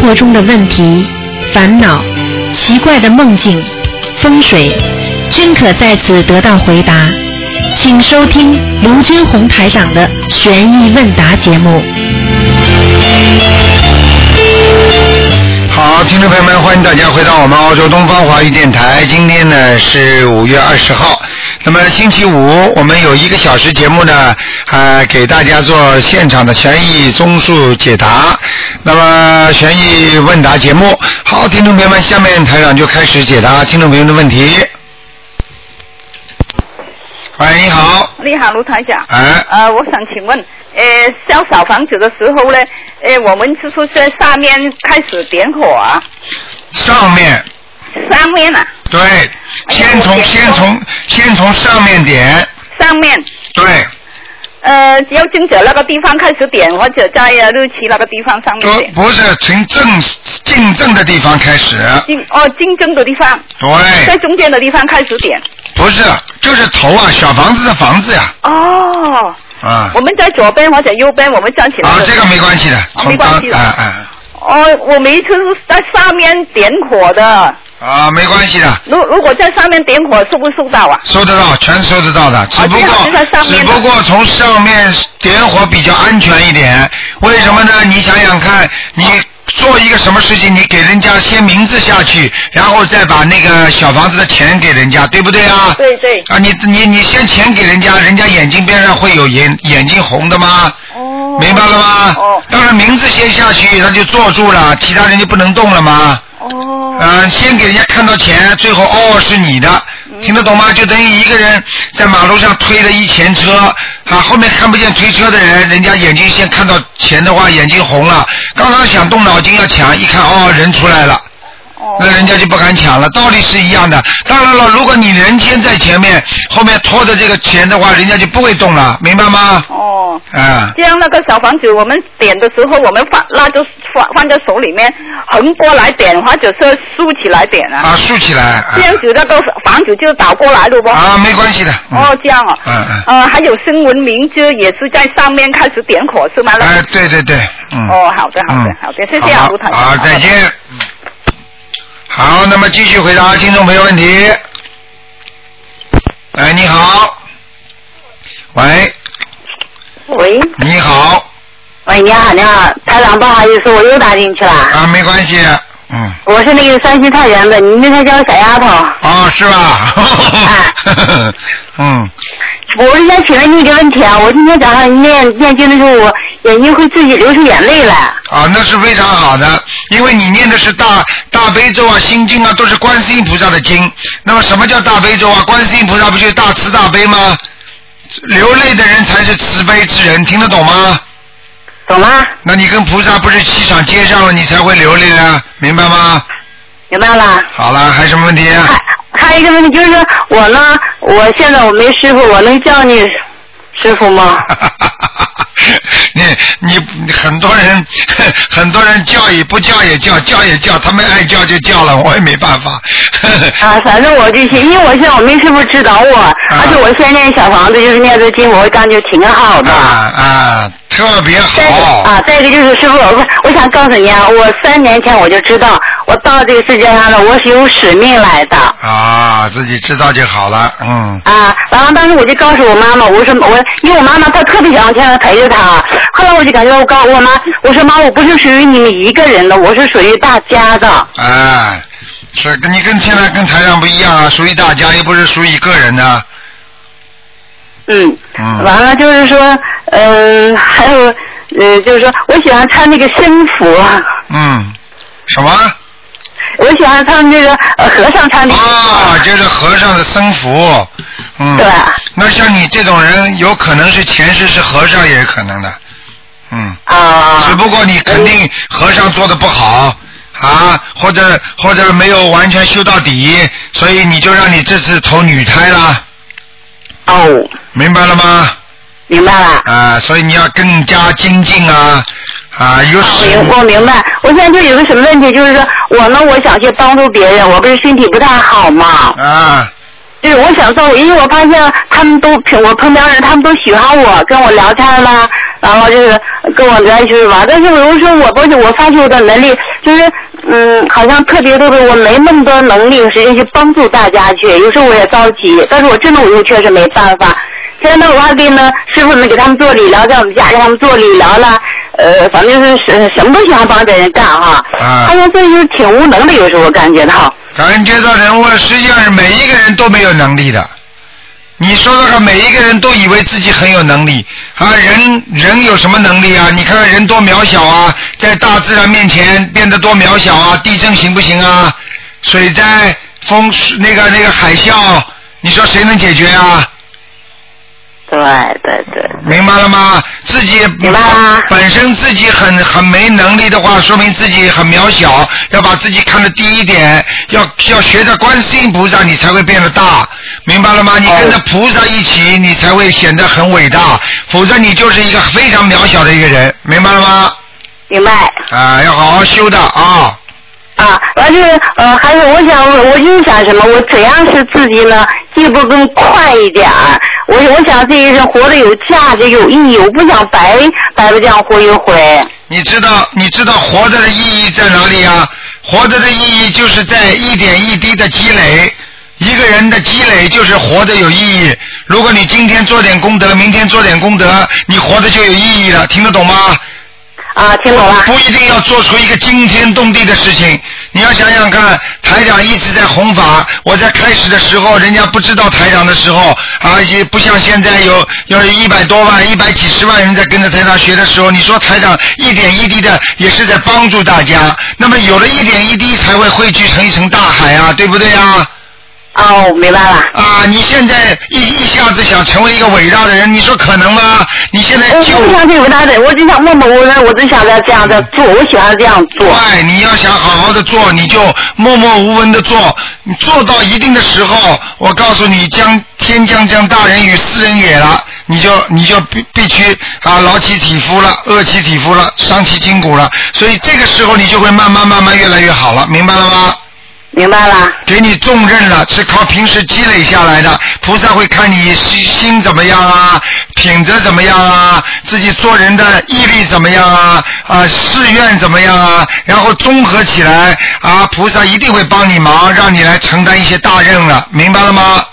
活中的问题、烦恼、奇怪的梦境、风水，均可在此得到回答。请收听卢军红台长的《悬疑问答》节目。好，听众朋友们，欢迎大家回到我们澳洲东方华语电台。今天呢是五月二十号，那么星期五我们有一个小时节目呢，呃，给大家做现场的悬疑综述解答，那么悬疑问答节目。好，听众朋友们，下面台长就开始解答听众朋友的问题。喂，你好，你好，卢台长。哎，呃，我想请问，呃，烧小房子的时候呢，呃，我们是不是在下面开始点火啊？上面上面啊，对，哎呀先我从点先过从先从上面点，上面，对，呃，要经者那个地方开始点，或者在呃六七那个地方上面不点。不是从正进正的地方开始，竞哦，竞争的地方，在对，中间的地方开始点。不是就是头啊，小房子的房子呀、哦，啊，我们在左边或者右边，我们站起来啊，的时这候。个没关系的，从没关系的啊啊哦，我每一次是在上面点火的，啊，没关系的，如如果在上面点火，受不受到啊？收得到，全收得到的，只不最过、好啊是在上只面的不过从上面点火比较安全一点，为什么呢？你想想看，你。做一个什么事情，你给人家先名字下去，然后再把那个小房子的钱给人家，对不对啊？对对。啊，你你你先钱给人家，人家眼睛边上会有眼眼睛红的吗？哦。明白了吗？哦当然名字先下去，他就坐住了，其他人就不能动了吗？哦。嗯，先给人家看到钱，最后哦是你的，嗯听得懂吗？就等于一个人在马路上推了一前车，啊，后面看不见推车的人，人家眼睛先看到钱的话，眼睛红了，刚刚想动脑筋要抢，一看哦人出来了。哦那人家就不敢抢了，道理是一样的。当然了，如果你人先在前面，后面拖着这个钱的话，人家就不会动了，明白吗？哦，啊、这样那个小房子，我们点的时候，我们放那就放放在手里面，横过来点，或者是竖起来点啊。啊，竖起来。啊这样子那个房子就倒过来了不？啊，没关系的。嗯、哦，这样哦。嗯嗯呃，还有新闻名字也是在上面开始点火是吗？那哎，对对对，嗯。哦，好的，好的嗯，，好的，谢谢啊，卢台长。好，再见。嗯好，那么继续回答听众朋友问题。哎，你好。喂，喂，你好。喂，你好，你好，台长，不好意思，我又打进去了。啊，没关系。嗯。我是那个山西太原的，你那天叫啊我小丫头。哦，是啊吧？ 嗯。我是想请问你一个问题啊，我今天早上念念经的时候，我眼睛会自己流出眼泪来。啊，那是非常好的，因为你念的是大大悲咒啊、心经啊，都是观世音菩萨的经。那么什么叫大悲咒啊？观世音菩萨不就是大慈大悲吗？流泪的人才是慈悲之人，听得懂吗？懂吗？那你跟菩萨不是气场接上了，你才会流泪啊，明白吗？明白了。好了，还有什么问题？啊啊还还有一个问题就是说我呢，我现在我没师傅，我能叫你师傅吗？ 你你你很多人很多人叫也不叫也叫叫也叫，他们爱叫就叫了，我也没办法。 啊，反正我这些，因为我现在我没师傅指导我，而且我现在念小房子就是念的经，我感觉挺好的。啊哦啊，特别再一个好。啊，再一个就是师傅，我我想告诉你啊，我三年前我就知道，我到这个世界上了，我是有使命来的。啊，自己知道就好了，嗯，啊，完了，当时我就告诉我妈妈，我说我，因为我妈妈她特别想天天陪着她。后来我就感觉我告我妈，我说妈，我不是属于你们一个人的，我是属于大家的。哎，是跟你跟现在跟台上不一样啊，属于大家，又不是属于个人的、嗯，嗯完了就是说，嗯、还有，呃，就是说我喜欢穿那个僧服，啊嗯，什么？我喜欢穿那个呃和尚穿的。啊，就是和尚的僧服，嗯，对。那像你这种人，有可能是前世是和尚，也有可能的，嗯，啊。只不过你肯定和尚做的不好啊，或者或者没有完全修到底，所以你就让你这次投女胎啦，哦，明白了吗？明白了。啊，所以你要更加精进啊啊，有我使哦明我明白，我现在就有个什么问题，就是说我呢，我想去帮助别人，我不是身体不太好嘛，啊就是我想做，因为我发现他们都，我碰到人他们都喜欢我，跟我聊天啦，然后就是跟我在一起玩。但是我又说我不是我发挥我的能力，就是嗯，好像特别多的我没那么多能力时间去帮助大家去，有时候我也着急，但是我真的我又确实没办法。现在呢，我还给呢师傅们给他们做理疗，在我们家给他们做理疗了，呃，反正就是什什么都想帮别人干哈。啊他们这就是挺无能的，有时候我感觉到。感恩节造人物实际上是每一个人都没有能力的。你说说看，每一个人都以为自己很有能力啊，人人有什么能力啊？你看看人多渺小啊，在大自然面前变得多渺小啊！地震行不行啊？水灾、风那个那个海啸，你说谁能解决啊？对对对，明白了吗？自己明白啦本身自己很很没能力的话，说明自己很渺小，要把自己看得低一点，要要学着观世音菩萨，你才会变得大，明白哦了吗？你跟着菩萨一起，你才会显得很伟大，否则你就是一个非常渺小的一个人，明白了吗？明白。啊、要好好修的啊。啊，完是呃，还有我想我我就想什么，我怎样使自己呢进步更快一点儿？我我想这一生活得有价值、有意义，我不想白白的这样活一回。你知道，你知道活着的意义在哪里啊？活着的意义就是在一点一滴的积累。一个人的积累就是活着有意义。如果你今天做点功德，明天做点功德，你活着就有意义了。听得懂吗？啊，听懂了？不一定要做出一个惊天动地的事情。你要想想看，台长一直在弘法，我在开始的时候，人家不知道台长的时候，而且不像现在有有一百多万、一百几十万人在跟着台长学的时候，你说台长一点一滴的也是在帮助大家。那么有了一点一滴，才会汇聚成一层大海啊，对不对啊？哦，我明白了。啊，你现在一一下子想成为一个伟大的人，你说可能吗？你现在我就我不想这个大的，我只想默默无闻，我只想在这样的做，我喜欢这样做。对，哎你要想好好的做，你就默默无闻的做。你做到一定的时候，我告诉你，将天将降大任于斯人也了，你就你就必必须啊劳其体肤了，饿其体肤了，伤其筋骨了。所以这个时候你就会慢慢慢慢越来越好了，明白了吗？明白了？给你重任了，是靠平时积累下来的。菩萨会看你心心怎么样啊，品德怎么样啊，自己做人的毅力怎么样啊，啊，誓愿怎么样啊，然后综合起来啊，菩萨一定会帮你忙，让你来承担一些大任了，明白了吗？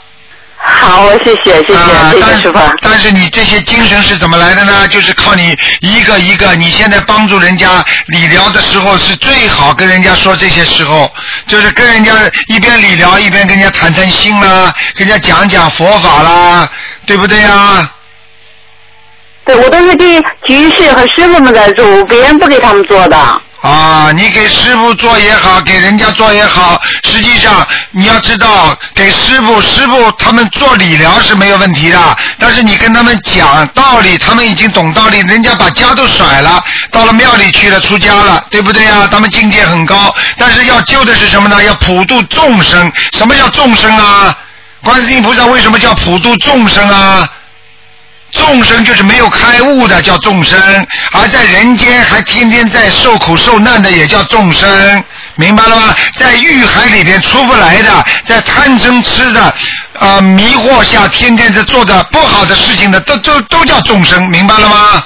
好，谢谢谢谢，啊谢谢但师傅。但是你这些精神是怎么来的呢？就是靠你一个一个，你现在帮助人家理疗的时候是最好跟人家说这些时候，就是跟人家一边理疗一边跟人家谈谈心啦，跟人家讲讲佛法啦，对不对啊呀？对，我都是给居士和师傅们在做，别人不给他们做的。啊，你给师傅做也好，给人家做也好，实际上你要知道，给师傅，师傅他们做理疗是没有问题的，但是你跟他们讲道理，他们已经懂道理，人家把家都甩了，到了庙里去了，出家了，对不对呀、他们境界很高，但是要救的是什么呢？要普度众生。什么叫众生啊？观世音菩萨为什么叫普度众生啊？众生就是没有开悟的叫众生，而在人间还天天在受苦受难的也叫众生，明白了吗？在欲海里边出不来的，在贪嗔痴的呃迷惑下，天天在做的不好的事情的，都都都叫众生，明白了吗？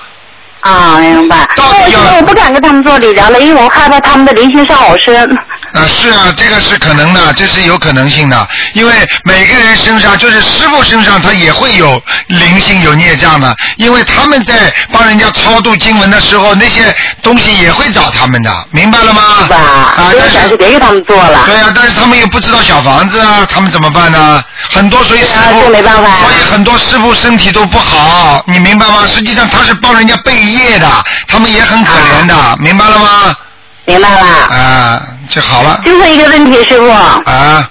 啊，明白。到底那要我现在我不敢跟他们做理疗了，因为我害怕他们的灵性上好深。啊，是啊，这个是可能的，这是有可能性的，因为每个人身上，就是师傅身上，他也会有灵性、有孽障的，因为他们在帮人家超度经文的时候，那些东西也会找他们的，明白了吗？是吧？啊，所以但我想是就别给他们做了。对呀、啊但是他们也不知道小房子啊，他们怎么办呢？很多所以师对啊傅，这没办法呀所以很多师傅身体都不好，你明白吗？实际上他是帮人家背业的，他们也很可怜啊的，明白了吗？明白了。啊，就好了就是一个问题，师傅，啊。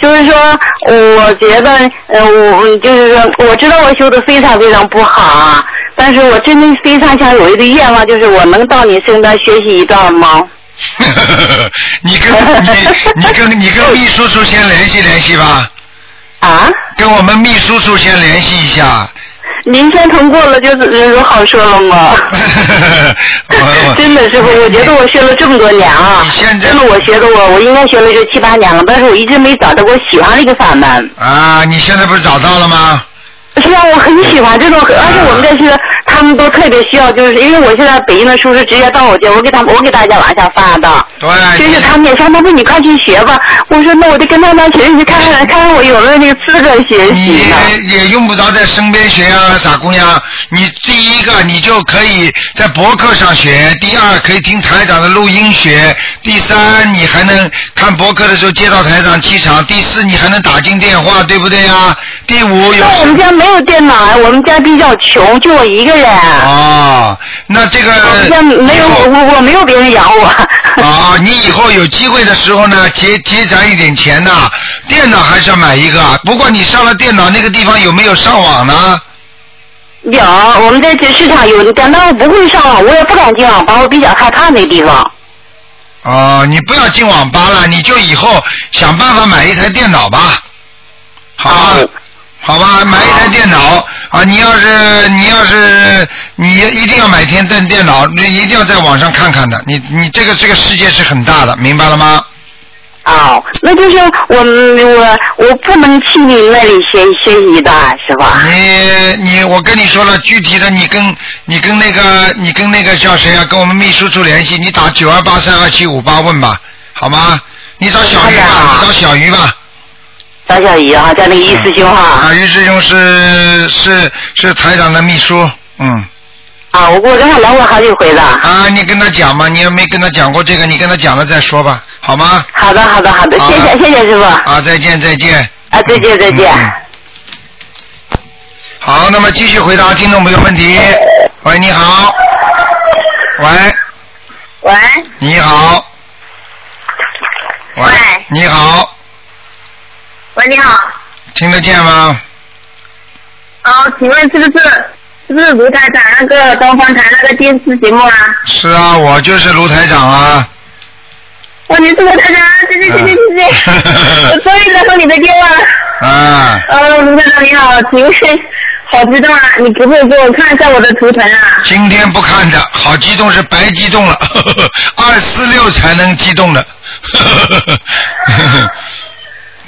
就是说，我觉得，呃，我就是说，我知道我修的非常非常不好啊，但是我真的非常想有一个愿望，就是我能到你身边学习一段吗？ 你跟你你跟你跟秘书处先联系联系吧，啊？跟我们秘书处先联系一下。 您先通过了，就是呃有好说了吗？ 我 真的师傅，我觉得我学了这么多年啊你现，在真的我学的我我应该学了就七八年了，但是我一直没找到我喜欢的一个法门啊，你现在不是找到了吗？是啊，我很喜欢这种，而且我们这是他们都特别需要，就是因为我现在北京的书是直接到我这，我给他们，我给大家往下发的。对，啊就是他们也说，那不你快去学吧。我说那我就跟他们学习，看看看看我有没有那个资格学你习呢。也也用不着在身边学啊，傻姑娘。你第一个，你就可以在博客上学；第二，可以听台长的录音学；第三，你还能看博客的时候接到台长气场；第四，你还能打进电话，对不对啊？第五，有那我们家没有电脑啊，我们家比较穷，就我一个人。哦，那这个我们家啊没有我我我没有别人养我。啊，你以后有机会的时候呢，节节攒一点钱呐、电脑还是要买一个，不过你上了电脑那个地方有没有上网呢？有，我们在这市场有，但那我不会上网，我也不敢进网吧，我比较害怕那地方。哦，你不要进网吧了，你就以后想办法买一台电脑吧，好吧，嗯好吧，买一台电脑啊！你要是你要是你一定要买天电电脑，你一定要在网上看看的。你你这个这个世界是很大的，明白了吗？哦，那就是我我我不能去你那里学学习的，是吧？你你我跟你说了，具体的你跟你跟那个你跟那个叫谁啊？跟我们秘书处联系，你打九二八三二七五八问吧，好吗？你找小鱼吧，好的你找小鱼吧。张小姨啊，在那个一师兄啊，哈。于师兄是是是台长的秘书，嗯，啊，我我跟他来过好几回了。啊，你跟他讲吧，你要没跟他讲过这个，你跟他讲了再说吧，好吗？好的，好的，好的，好谢的谢，谢谢师傅。啊，再见再见。啊，再见，再见。嗯嗯好，那么继续回答听众朋友问题。喂，你好。喂，喂，你好。喂喂你好，喂，你好，听得见吗？哦，请问是不是是不是卢台长那个东方台那个电视节目啊？是啊，我就是卢台长啊。哦，你是卢台长啊，谢谢谢谢谢谢，我终于接到你的电话了。啊，呃，卢台长你好，请问，好激动啊！你不会给我看一下我的图腾啊？今天不看的，好激动是白激动了， 二四六才能激动的。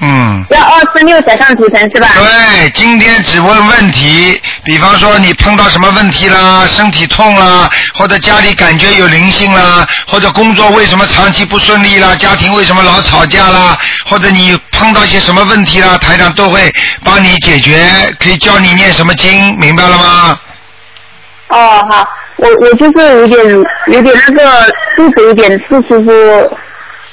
嗯。要二四六才上图腾是吧？对，今天只问问题，比方说你碰到什么问题啦，身体痛啦，或者家里感觉有灵性啦，或者工作为什么长期不顺利啦，家庭为什么老吵架啦，或者你碰到一些什么问题啦，台长都会帮你解决，可以教你念什么经，明白了吗？哦，好，我我就是有点有点那个肚子有点不舒服。哦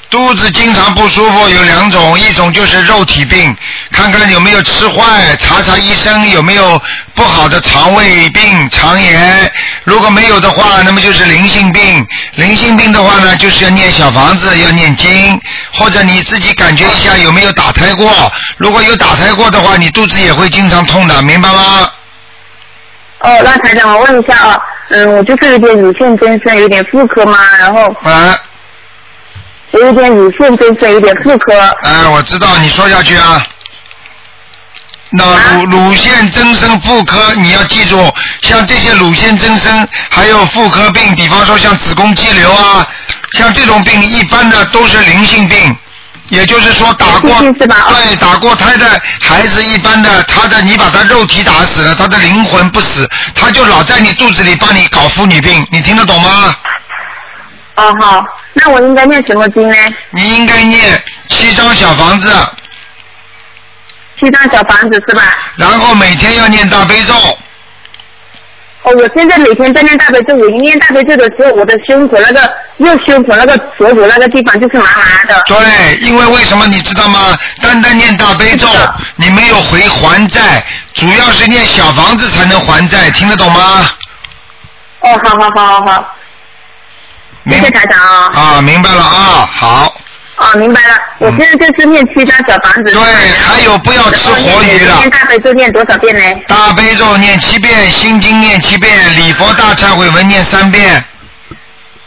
肚子经常不舒服有两种，一种就是肉体病，看看有没有吃坏，查查医生有没有不好的肠胃病、肠炎。如果没有的话，那么就是灵性病。灵性病的话呢，就是要念小房子，要念经，或者你自己感觉一下有没有打胎过。如果有打胎过的话，你肚子也会经常痛的，明白吗？哦，那台长，我问一下啊，嗯，我就是有点乳腺增生，有点妇科嘛，然后啊，我有点乳腺增生，有点妇科。哎，我知道，你说下去啊。那乳乳腺增生妇科，你要记住，像这些乳腺增生，还有妇科病，比方说像子宫肌瘤啊，像这种病，一般的都是灵性病，也就是说打过灵性是吧哦对打过胎的孩子，一般的他的你把他肉体打死了，他的灵魂不死，他就老在你肚子里帮你搞妇女病，你听得懂吗？哦，好，那我应该念什么经呢？你应该念七张小房子，七张小房子是吧？然后每天要念大悲咒。哦，我现在每天在念大悲咒，我一念大悲咒的时候，我的胸口那个右胸口那个锁骨那个地方就是麻麻的。对，因为为什么你知道吗？单单念大悲咒是的，你没有回还债，主要是念小房子才能还债，听得懂吗？哦，好好好好好，谢明谢台长啊、啊，明白了啊，好。嗯哦。明白了，我现在就是念七张小房子。对，啊还有不要吃活鱼然后了念。大悲咒念多少遍呢？大悲咒念七遍，心经念七遍，礼佛大忏悔文念三遍，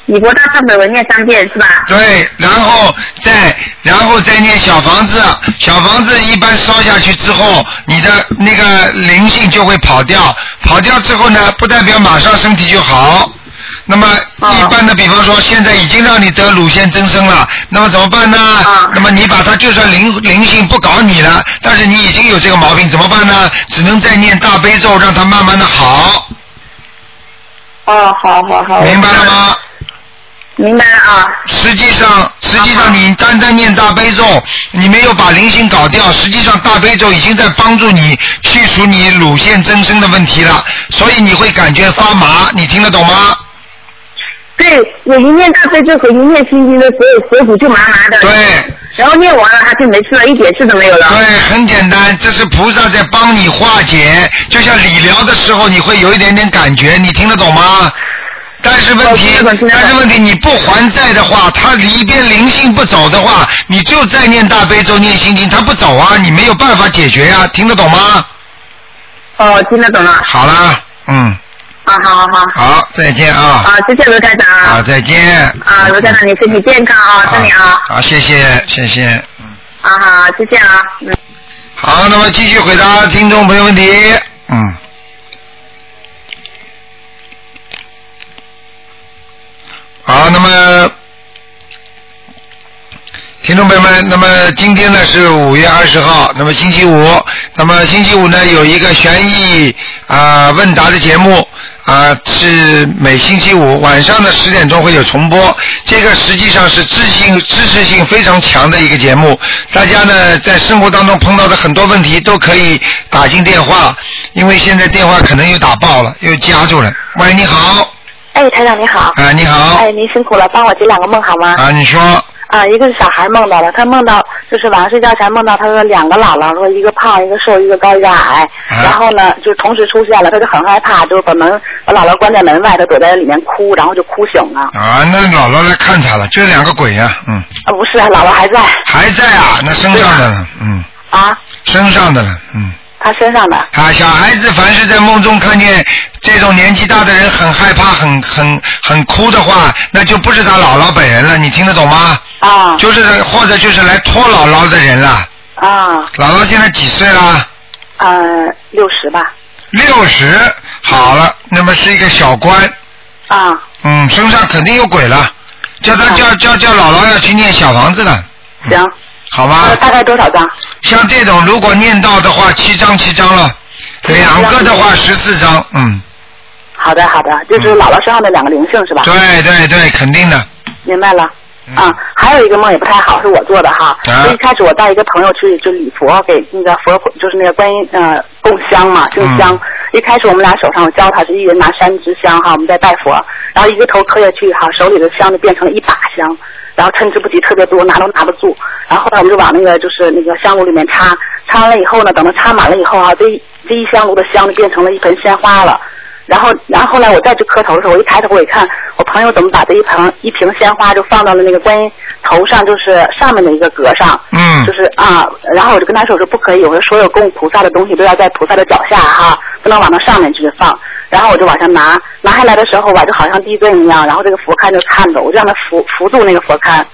你国大忏悔文念三遍是吧？对，然后再然后再念小房子，小房子一般烧下去之后，你的那个灵性就会跑掉，跑掉之后呢，不代表马上身体就好，那么一般的，比方说现在已经让你得乳腺增生了，那么怎么办呢？那么你把它就算灵灵性不搞你了，但是你已经有这个毛病，怎么办呢？只能再念大悲咒，让它慢慢的好，哦，好好好，明白了吗？嗯明白了啊。实际上，实际上你单单念大悲咒，你没有把灵性搞掉，实际上大悲咒已经在帮助你去除你乳腺增生的问题了，所以你会感觉发麻，你听得懂吗？对，我一念大悲咒和一念心经的时候，所有锁骨就麻麻的。对。然后念完了，它就没事了，一点事都没有了。对，很简单，这是菩萨在帮你化解，就像理疗的时候你会有一点点感觉，你听得懂吗？但是问题哦听得懂听，得懂但是问题，你不还债的话，他里边灵性不走的话，你就再念大悲咒、念心经，他不走啊，你没有办法解决呀、听得懂吗？哦，听得懂了。好啦，嗯，啊，好好好。好，再见啊，啊，谢谢罗台长好，啊。再见，啊，嗯罗台长，你身体健康啊，祝你啊。好，谢谢，谢谢，啊好，再见啊。嗯。好，那么继续回答听众朋友问题。嗯。好，那么听众朋友们，那么今天呢是五月二十号，那么星期五，那么星期五呢有一个悬疑啊、问答的节目啊、是每星期五晚上的十点钟会有重播，这个实际上是知性知识性非常强的一个节目，大家呢在生活当中碰到的很多问题都可以打进电话，因为现在电话可能又打爆了，又夹住了。喂，你好，哎，台长你好。啊、你好哎，，您辛苦了，帮我解两个梦好吗？啊，你说，啊，一个是小孩梦到了，他梦到就是晚上睡觉前梦到他说两个姥姥，说一个胖一个瘦一个高一个矮，啊然后呢就同时出现了，他就很害怕，就是把门把姥姥关在门外，他躲在里面哭，然后就哭醒了。啊，那姥姥来看他了，就两个鬼呀、嗯，啊，不是，姥姥还在还在啊，那身上的了，嗯，啊，身上的了，嗯，他身上的啊，小孩子凡是在梦中看见这种年纪大的人很害怕、很很很哭的话，那就不是他姥姥本人了，你听得懂吗？啊就是或者就是来拖姥姥的人了。啊姥姥现在几岁啦？呃六十吧六十，好了，那么是一个小官，啊嗯，身上肯定有鬼了，叫他叫叫叫姥姥要去念小房子了，嗯行，好吗？呃大概多少张？像这种如果念到的话，七张七张了，两个的话十四张，嗯，好的好的，就是姥姥身上的两个灵性是吧？对对对，肯定的，明白了。啊，还有一个梦也不太好，是我做的哈。啊就一开始我带一个朋友去就礼佛给那个佛就是那个观音呃供香嘛，供香。嗯一开始我们俩手上我教他是一人拿三支香哈，我们在拜佛，然后一个头磕下去哈，手里的香就变成一把香，然后趁之不及特别多，拿都拿不住。然后后来我们就往那个就是那个香炉里面插，插完了以后呢，等它插满了以后哈、这一这一香炉的香就变成了一盆鲜花了。然后，然后后来我再去磕头的时候，我一抬头我一看，我朋友怎么把这一盆一瓶鲜花就放到了那个观音头上，就是上面的一个格上，嗯就是啊，然后我就跟他说我说不可以，我说所有供菩萨的东西都要在菩萨的脚下哈、不能往那上面去放。然后我就往下拿，拿下来的时候吧，就好像地震一样，然后这个佛龛就颤抖，我就让他扶扶住那个佛龛，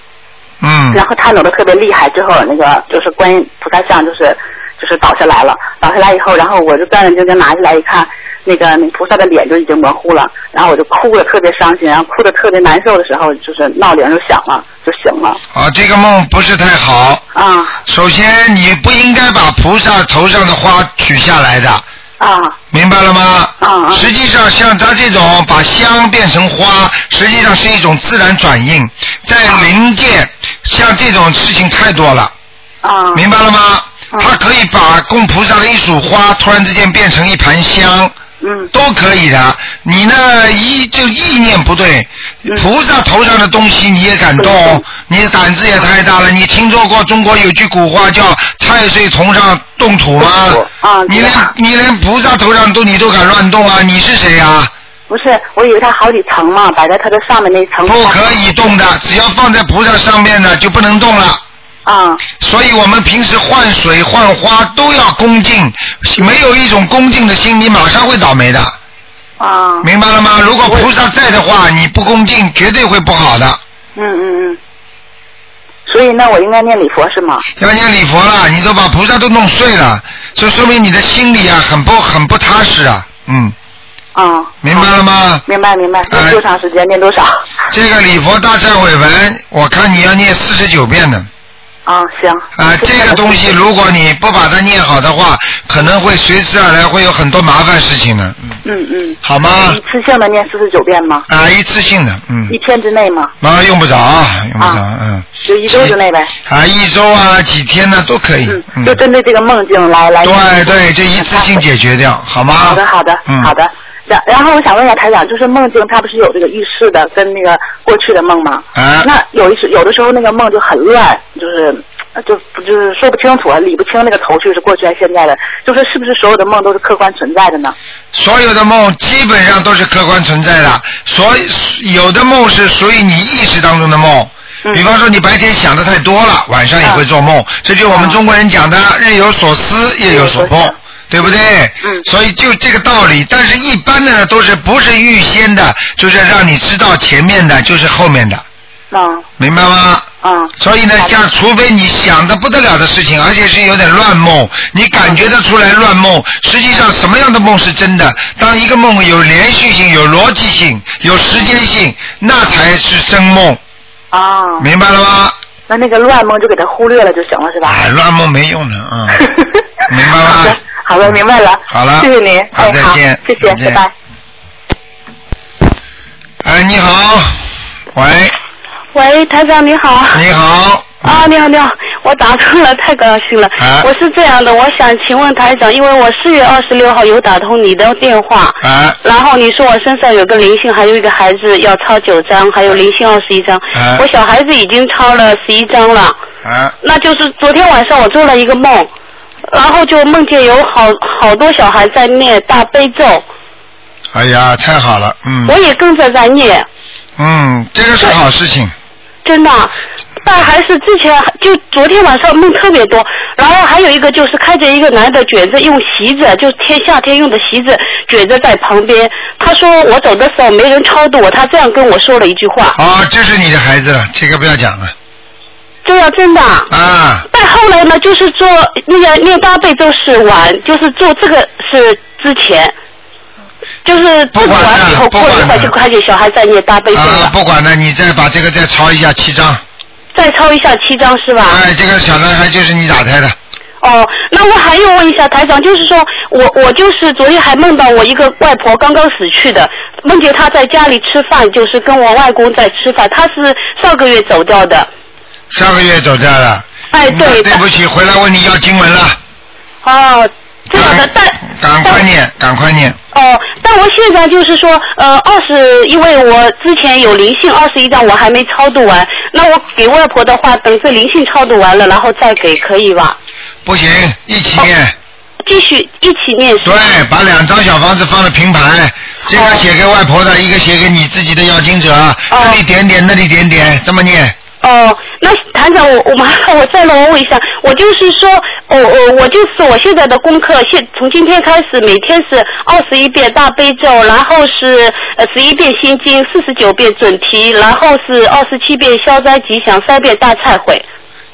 嗯，然后颤抖的特别厉害，之后那个就是观音菩萨像就是就是倒下来了，倒下来以后，然后我就战战兢兢拿起来一看，那个那菩萨的脸就已经模糊了，然后我就哭的特别伤心，然后哭的特别难受的时候，就是闹铃就响了，就醒了啊，这个梦不是太好。啊首先，你不应该把菩萨头上的花取下来的，啊明白了吗？啊实际上，像他这种把香变成花，实际上是一种自然转印，在灵界，像这种事情太多了。啊明白了吗？嗯他可以把供菩萨的一束花突然之间变成一盘香，嗯都可以的。你呢，一就意念不对，菩萨头上的东西你也敢动嗯，你的胆子也太大了。你听说过中国有句古话叫“太岁头上动土”吗动土？啊你连知道你连菩萨头上都你都敢乱动啊？你是谁呀、不是，我以为它好几层嘛，摆在它的上面那一层不可以动的，只要放在菩萨上面的就不能动了。啊所以我们平时换水换花都要恭敬，没有一种恭敬的心，你马上会倒霉的，啊明白了吗？如果菩萨在的话，你不恭敬绝对会不好的。嗯嗯嗯，所以那我应该念礼佛是吗？要念礼佛了，你都把菩萨都弄碎了，这说明你的心里啊很不很不踏实啊，嗯，嗯，明白了吗？明白明白，哎念多长时间念多少？这个礼佛大忏悔文，我看你要念四十九遍呢。嗯，行。啊、这个东西如果你不把它念好的话，可能会随之而来会有很多麻烦事情的，嗯嗯嗯，好吗？一次性的念四十九遍吗？啊、一次性的，啊嗯一，天之内吗？啊，用不着，用不着，嗯，就一周之内呗。啊，一周啊，几天呢、都可以，嗯嗯，，就针对这个梦境来来。对对，这一次性解决掉，好吗？好的，好的，嗯，好。的。然然后我想问一下台长，就是梦境它不是有这个预示的跟那个过去的梦吗？啊，那有一时有的时候那个梦就很乱，就是呃就不就是说不清楚，啊理不清那个头绪是过去还是现在的，就是是不是所有的梦都是客观存在的呢？所有的梦基本上都是客观存在的，所有的梦是属于你意识当中的梦。嗯比方说，你白天想的太多了，晚上也会做梦，这就是我们中国人讲的“日有所思，夜有所梦”，对不对？嗯所以就这个道理，但是一般的呢，都是不是预先的，就是让你知道前面的，就是后面的，嗯明白吗？嗯所以呢，像除非你想的不得了的事情，而且是有点乱梦，你感觉得出来乱梦，实际上什么样的梦是真的？当一个梦有连续性、有逻辑性、有时间性，那才是真梦，啊，明白了吗？那那个乱梦就给它忽略了就行了是吧？哎，乱梦没用的啊、嗯 明白好吗的？好的，明白了。好了谢谢您。好哎，再好，见再谢谢，见拜拜。哎，你好， 喂，喂，台长你好。你好，啊，你好，你好，我打通了，太高兴了。啊我是这样的，我想请问台长，因为我四月二十六号有打通你的电话，哎，然后你说我身上有个灵性，还有一个孩子要抄九张，还有灵性二十一张。啊我小孩子已经抄了十一张了，哎，那就是昨天晚上我做了一个梦，然后就梦见有好好多小孩在念大悲咒，哎呀，太好了，嗯我，也跟着在念。嗯，这个是好事情，真的啊。但还是之前就昨天晚上梦特别多，然后还有一个就是看见一个男的卷着用席子，就是天夏天用的席子卷着在旁边。他说我走的时候没人超度我，他这样跟我说了一句话。啊，这是你的孩子了，这个不要讲了，这样真的啊。啊。但后来呢，就是做那个念大悲咒是晚，就是做这个是之前，就是不做管了完以后不过管了一会儿了就看见小孩在念大悲咒啊，了，啊不管了，你再把这个再抄一下七张。再抄一下七张是吧？哎，这个小男孩就是你打胎的。哦，那我还要问一下台长，就是说我我就是昨天还梦到我一个外婆刚刚死去的，梦见她在家里吃饭，就是跟我外公在吃饭，她是上个月走掉的。上个月走掉了。哎，那嗯对，对不起，回来问你要经文了。哦，这样的，但赶哎赶快念，赶快念。哦，但我现在就是说，呃，二十，因为我之前有灵性二十一张，我还没超度完，那我给外婆的话，等这灵性超度完了，然后再给，可以吧？不行，一起念。哦继续一起念是吧对，把两张小房子放在平盘，这个写给外婆的，一个写给你自己的要经者，这里点点，那里点点，这么念。哦，那团长，我我麻烦我再来问一下，我就是说，我、我我就是我现在的功课，现从今天开始，每天是二十一遍大悲咒，然后是呃十一遍心经，四十九遍准提，然后是二十七遍消灾吉祥，三遍大忏悔，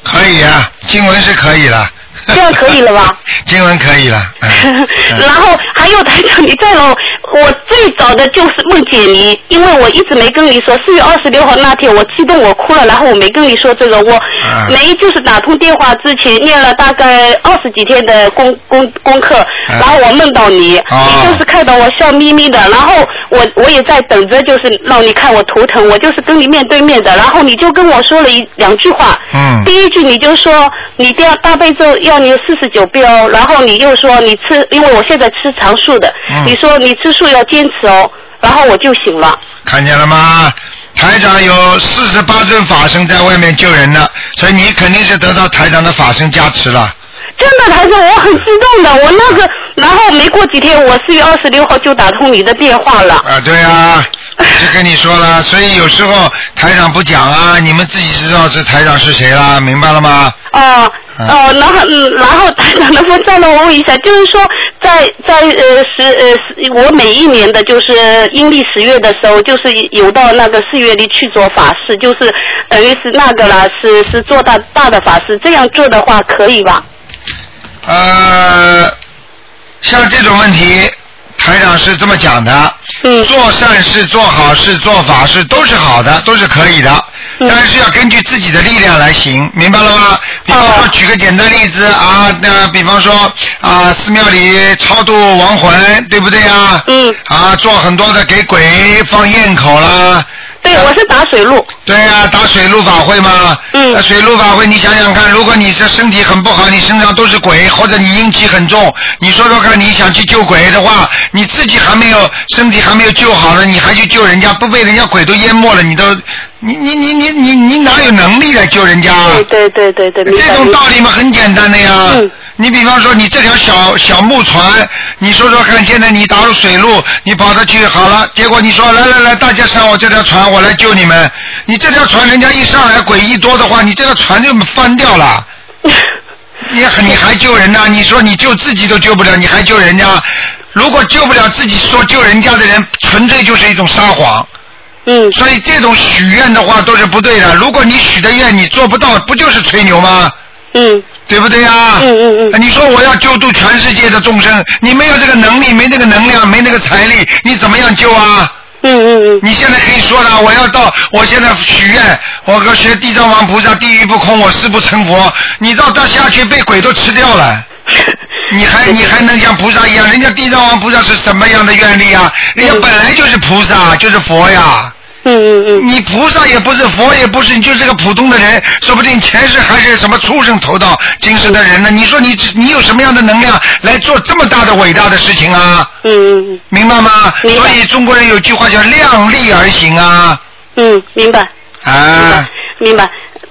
可以啊，经文是可以了。这样可以了吧？ 经文可以了。嗯 然后还有台长，你再了，我最早的就是梦见你，因为我一直没跟你说，四月二十六号那天我激动我哭了，然后我没跟你说这个，我啊没就是打通电话之前念了大概二十几天的功功功课，然后我梦到你，哦你就是看到我笑眯眯的，然后我我也在等着，就是让你看我图腾，我就是跟你面对面的，然后你就跟我说了一两句话，嗯第一句你就说你第二大悲咒要你四十九遍哦，然后你又说你吃，因为我现在吃长素的，嗯你说你吃素要坚持哦，然后我就醒了。看见了吗？台长有四十八尊法身在外面救人呢，所以你肯定是得到台长的法身加持了。真的，台长，我很激动的，我那个，然后没过几天，我四月二十六号就打通你的电话了。啊，对啊，我就跟你说了，所以有时候台长不讲啊，你们自己知道是台长是谁啦，明白了吗？哦嗯哦，然后嗯，然后台长，能不能再让我问一下，就是说在在呃十呃十，我每一年的就是阴历十月的时候，就是有到那个四月里去做法事，就是等于是那个啦，是是做大大的法事，这样做的话可以吧？呃，像这种问题，台台长是这么讲的，嗯做善事、做好事、做法事都是好的，都是可以的，嗯但是要根据自己的力量来行，明白了吗？比方说，哦举个简单例子啊，那比方说啊，寺庙里超度亡魂，对不对啊？嗯，啊，做很多的给鬼放焰口啦，对，我是打水路，对呀、打水陆法会嘛。嗯打水陆法会，你想想看，如果你这身体很不好，你身上都是鬼，或者你阴气很重，你说说看，你想去救鬼的话，你自己还没有身体还没有救好呢，你还去救人家，不被人家鬼都淹没了，你都，你你你你你你哪有能力来救人家啊？对对对对对，明白这种明白道理嘛，很简单的呀。嗯你比方说，你这条小小木船，你说说看，现在你打入水路，你跑着去好了，结果你说来来来，大家上我这条船，我来救你们。你这条船人家一上来鬼一多的话，你这条船就翻 掉了。你还你还救人呐、你说你救自己都救不了，你还救人家？如果救不了自己，说救人家的人，纯粹就是一种撒谎。嗯，所以这种许愿的话都是不对的。如果你许的愿你做不到，不就是吹牛吗？嗯对不对呀、哎嗯嗯嗯你说我要救度全世界的众生，你没有这个能力，没那个能量，没那个财力，你怎么样救啊？嗯嗯嗯，你现在可以说了，我要到，我现在许愿，我要学地藏王菩萨，地狱不空，我誓不成佛。你到这下去被鬼都吃掉 了。你还你还能像菩萨一样？人家地藏王菩萨是什么样的愿力啊？人家本来就是菩萨，就是佛呀。嗯嗯嗯，你菩萨也不是，佛也不是，你就是个普通的人，说不定前世还是什么畜生投到今世的人呢？你说你你有什么样的能量来做这么大的伟大的事情啊？嗯嗯明白吗？明白所以中国人有句话叫量力而行啊，嗯，明白。啊，明白。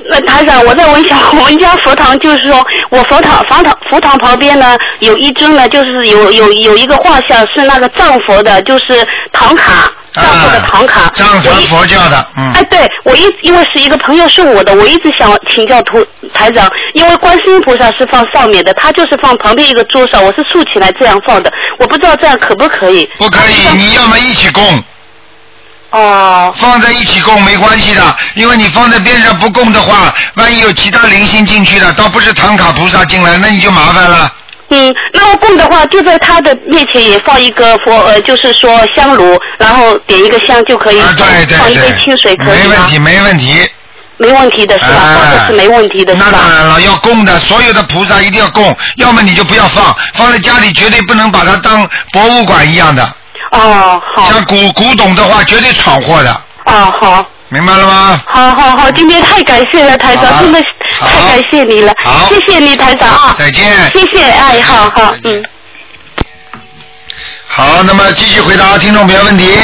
那台长，我再问一下，我们家 佛堂就是说，我佛堂、佛堂、佛堂旁边呢有一尊呢，就是有有有一个画像是那个藏佛的，就是唐卡，藏佛的唐卡。啊藏我传一佛教的，嗯哎，，对，我一因为是一个朋友送我的，我一直想请教图台长，因为观世音菩萨是放上面的，他就是放旁边一个桌上，我是竖起来这样放的，我不知道这样可不可以？不可以，你要么一起供，哦，放在一起供没关系的，因为你放在边上不供的话，万一有其他灵性进去了，倒不是唐卡菩萨进来，那你就麻烦了。嗯，那么供的话，就在他的面前也放一个佛，呃，就是说香炉，然后点一个香就可以，啊，对对放一杯对，清水可以没问吗？题，没问题。没问题的是吧？哎放的是没问题的是那当吧？然了，要供的，所有的菩萨一定要供，要么你就不要放，放在家里绝对不能把它当博物馆一样的，哦，好，像古古董的话绝对闯祸的，哦，好，明白了吗？好好好，今天太感谢了台好长，真的是好太感谢你了好，谢谢你台长啊，再见。谢谢，哎，好好，嗯。好，那么继续回答听众朋友问题。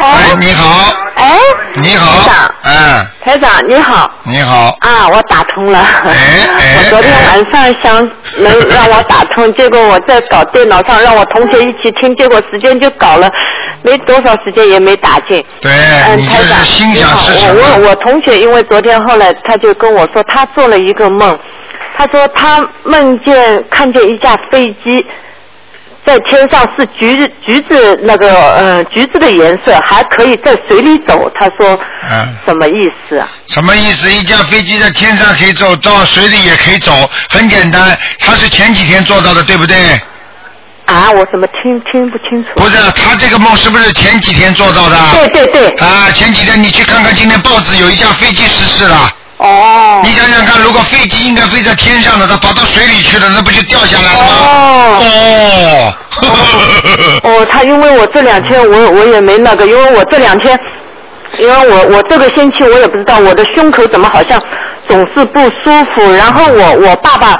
哦哎，你好，哎，你好台长，，哎，台长你好你好，啊，我打通了。哎哎 我昨天晚上想能让我打 通，结果我在搞电脑上，让我同学一起听，结果时间就搞了，没多少时间也没打进。对呃嗯哎你，台这长是心你想好，事我成啊我我同学因为昨天后来他就跟我说，他做了一个梦，他说他梦见看见一架飞机。在天上是橘子橘子那个呃橘子的颜色，还可以在水里走。他说，嗯什么意思啊？什么意思？一架飞机在天上可以走，到水里也可以走，很简单。他是前几天做到的，对不对？啊，我怎么听听不清楚？不是，他这个梦是不是前几天做到的？对对对，啊，前几天你去看看，今天报纸有一架飞机失事了。哦你想想看，如果飞机应该飞在天上的，它跑到水里去了，那不就掉下来了吗？哦 哦，呵呵呵哦，他因为我这两天我我也没那个，因为我这两天，因为我我这个星期我也不知道我的胸口怎么好像总是不舒服，然后我我爸爸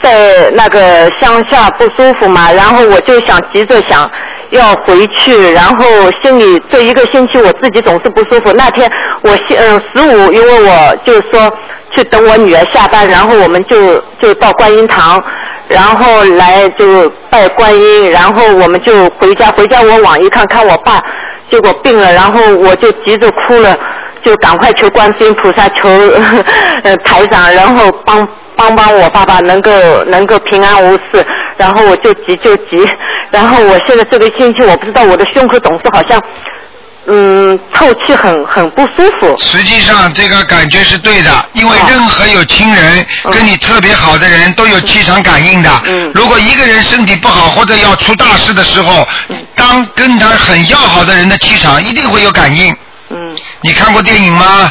在那个乡下不舒服嘛，然后我就想急着想。要回去，然后心里这一个星期我自己总是不舒服。那天我先嗯十五，因为我就说去等我女儿下班，然后我们就就到观音堂，然后来就拜观音，然后我们就回家。回家我往一看，看我爸结果病了，然后我就急着哭了，就赶快求观世音菩萨，求 呃台长，然后帮帮帮我爸爸能够能够平安无事。然后我就急就急， 然后我现在这个星期我不知道我的胸口总是好像嗯透气很很不舒服。实际上这个感觉是对的，因为哦任何有亲人嗯跟你特别好的人都有气场感应的嗯。如果一个人身体不好或者要出大事的时候，大方跟他很要好的人的气场，一定会有感应。嗯你看过电影吗？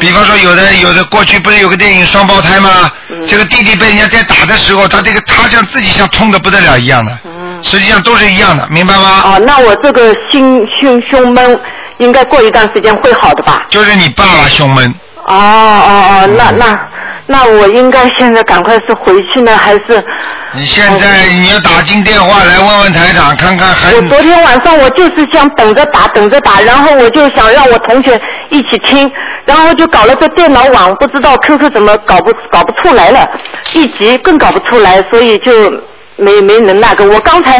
比方说，有的有的过去不是有个电影双胞胎吗？嗯这个弟弟被人家在打的时候，他这个他像自己像痛的不得了一样的，嗯。实际上都是一样的，明白吗？哦，那我这个心胸胸闷，应该过一段时间会好的吧？就是你爸爸胸闷，哦哦哦，那那那我应该现在赶快是回去呢，还是？你哦现在你要打进电话来问问台长，看看还我昨天晚上我就是想等着打，等着打，然后我就想让我同学一起听，然后就搞了个电脑网，不知道 QQ 怎么搞不搞不出来了，一集更搞不出来，所以就没没能那个。我刚才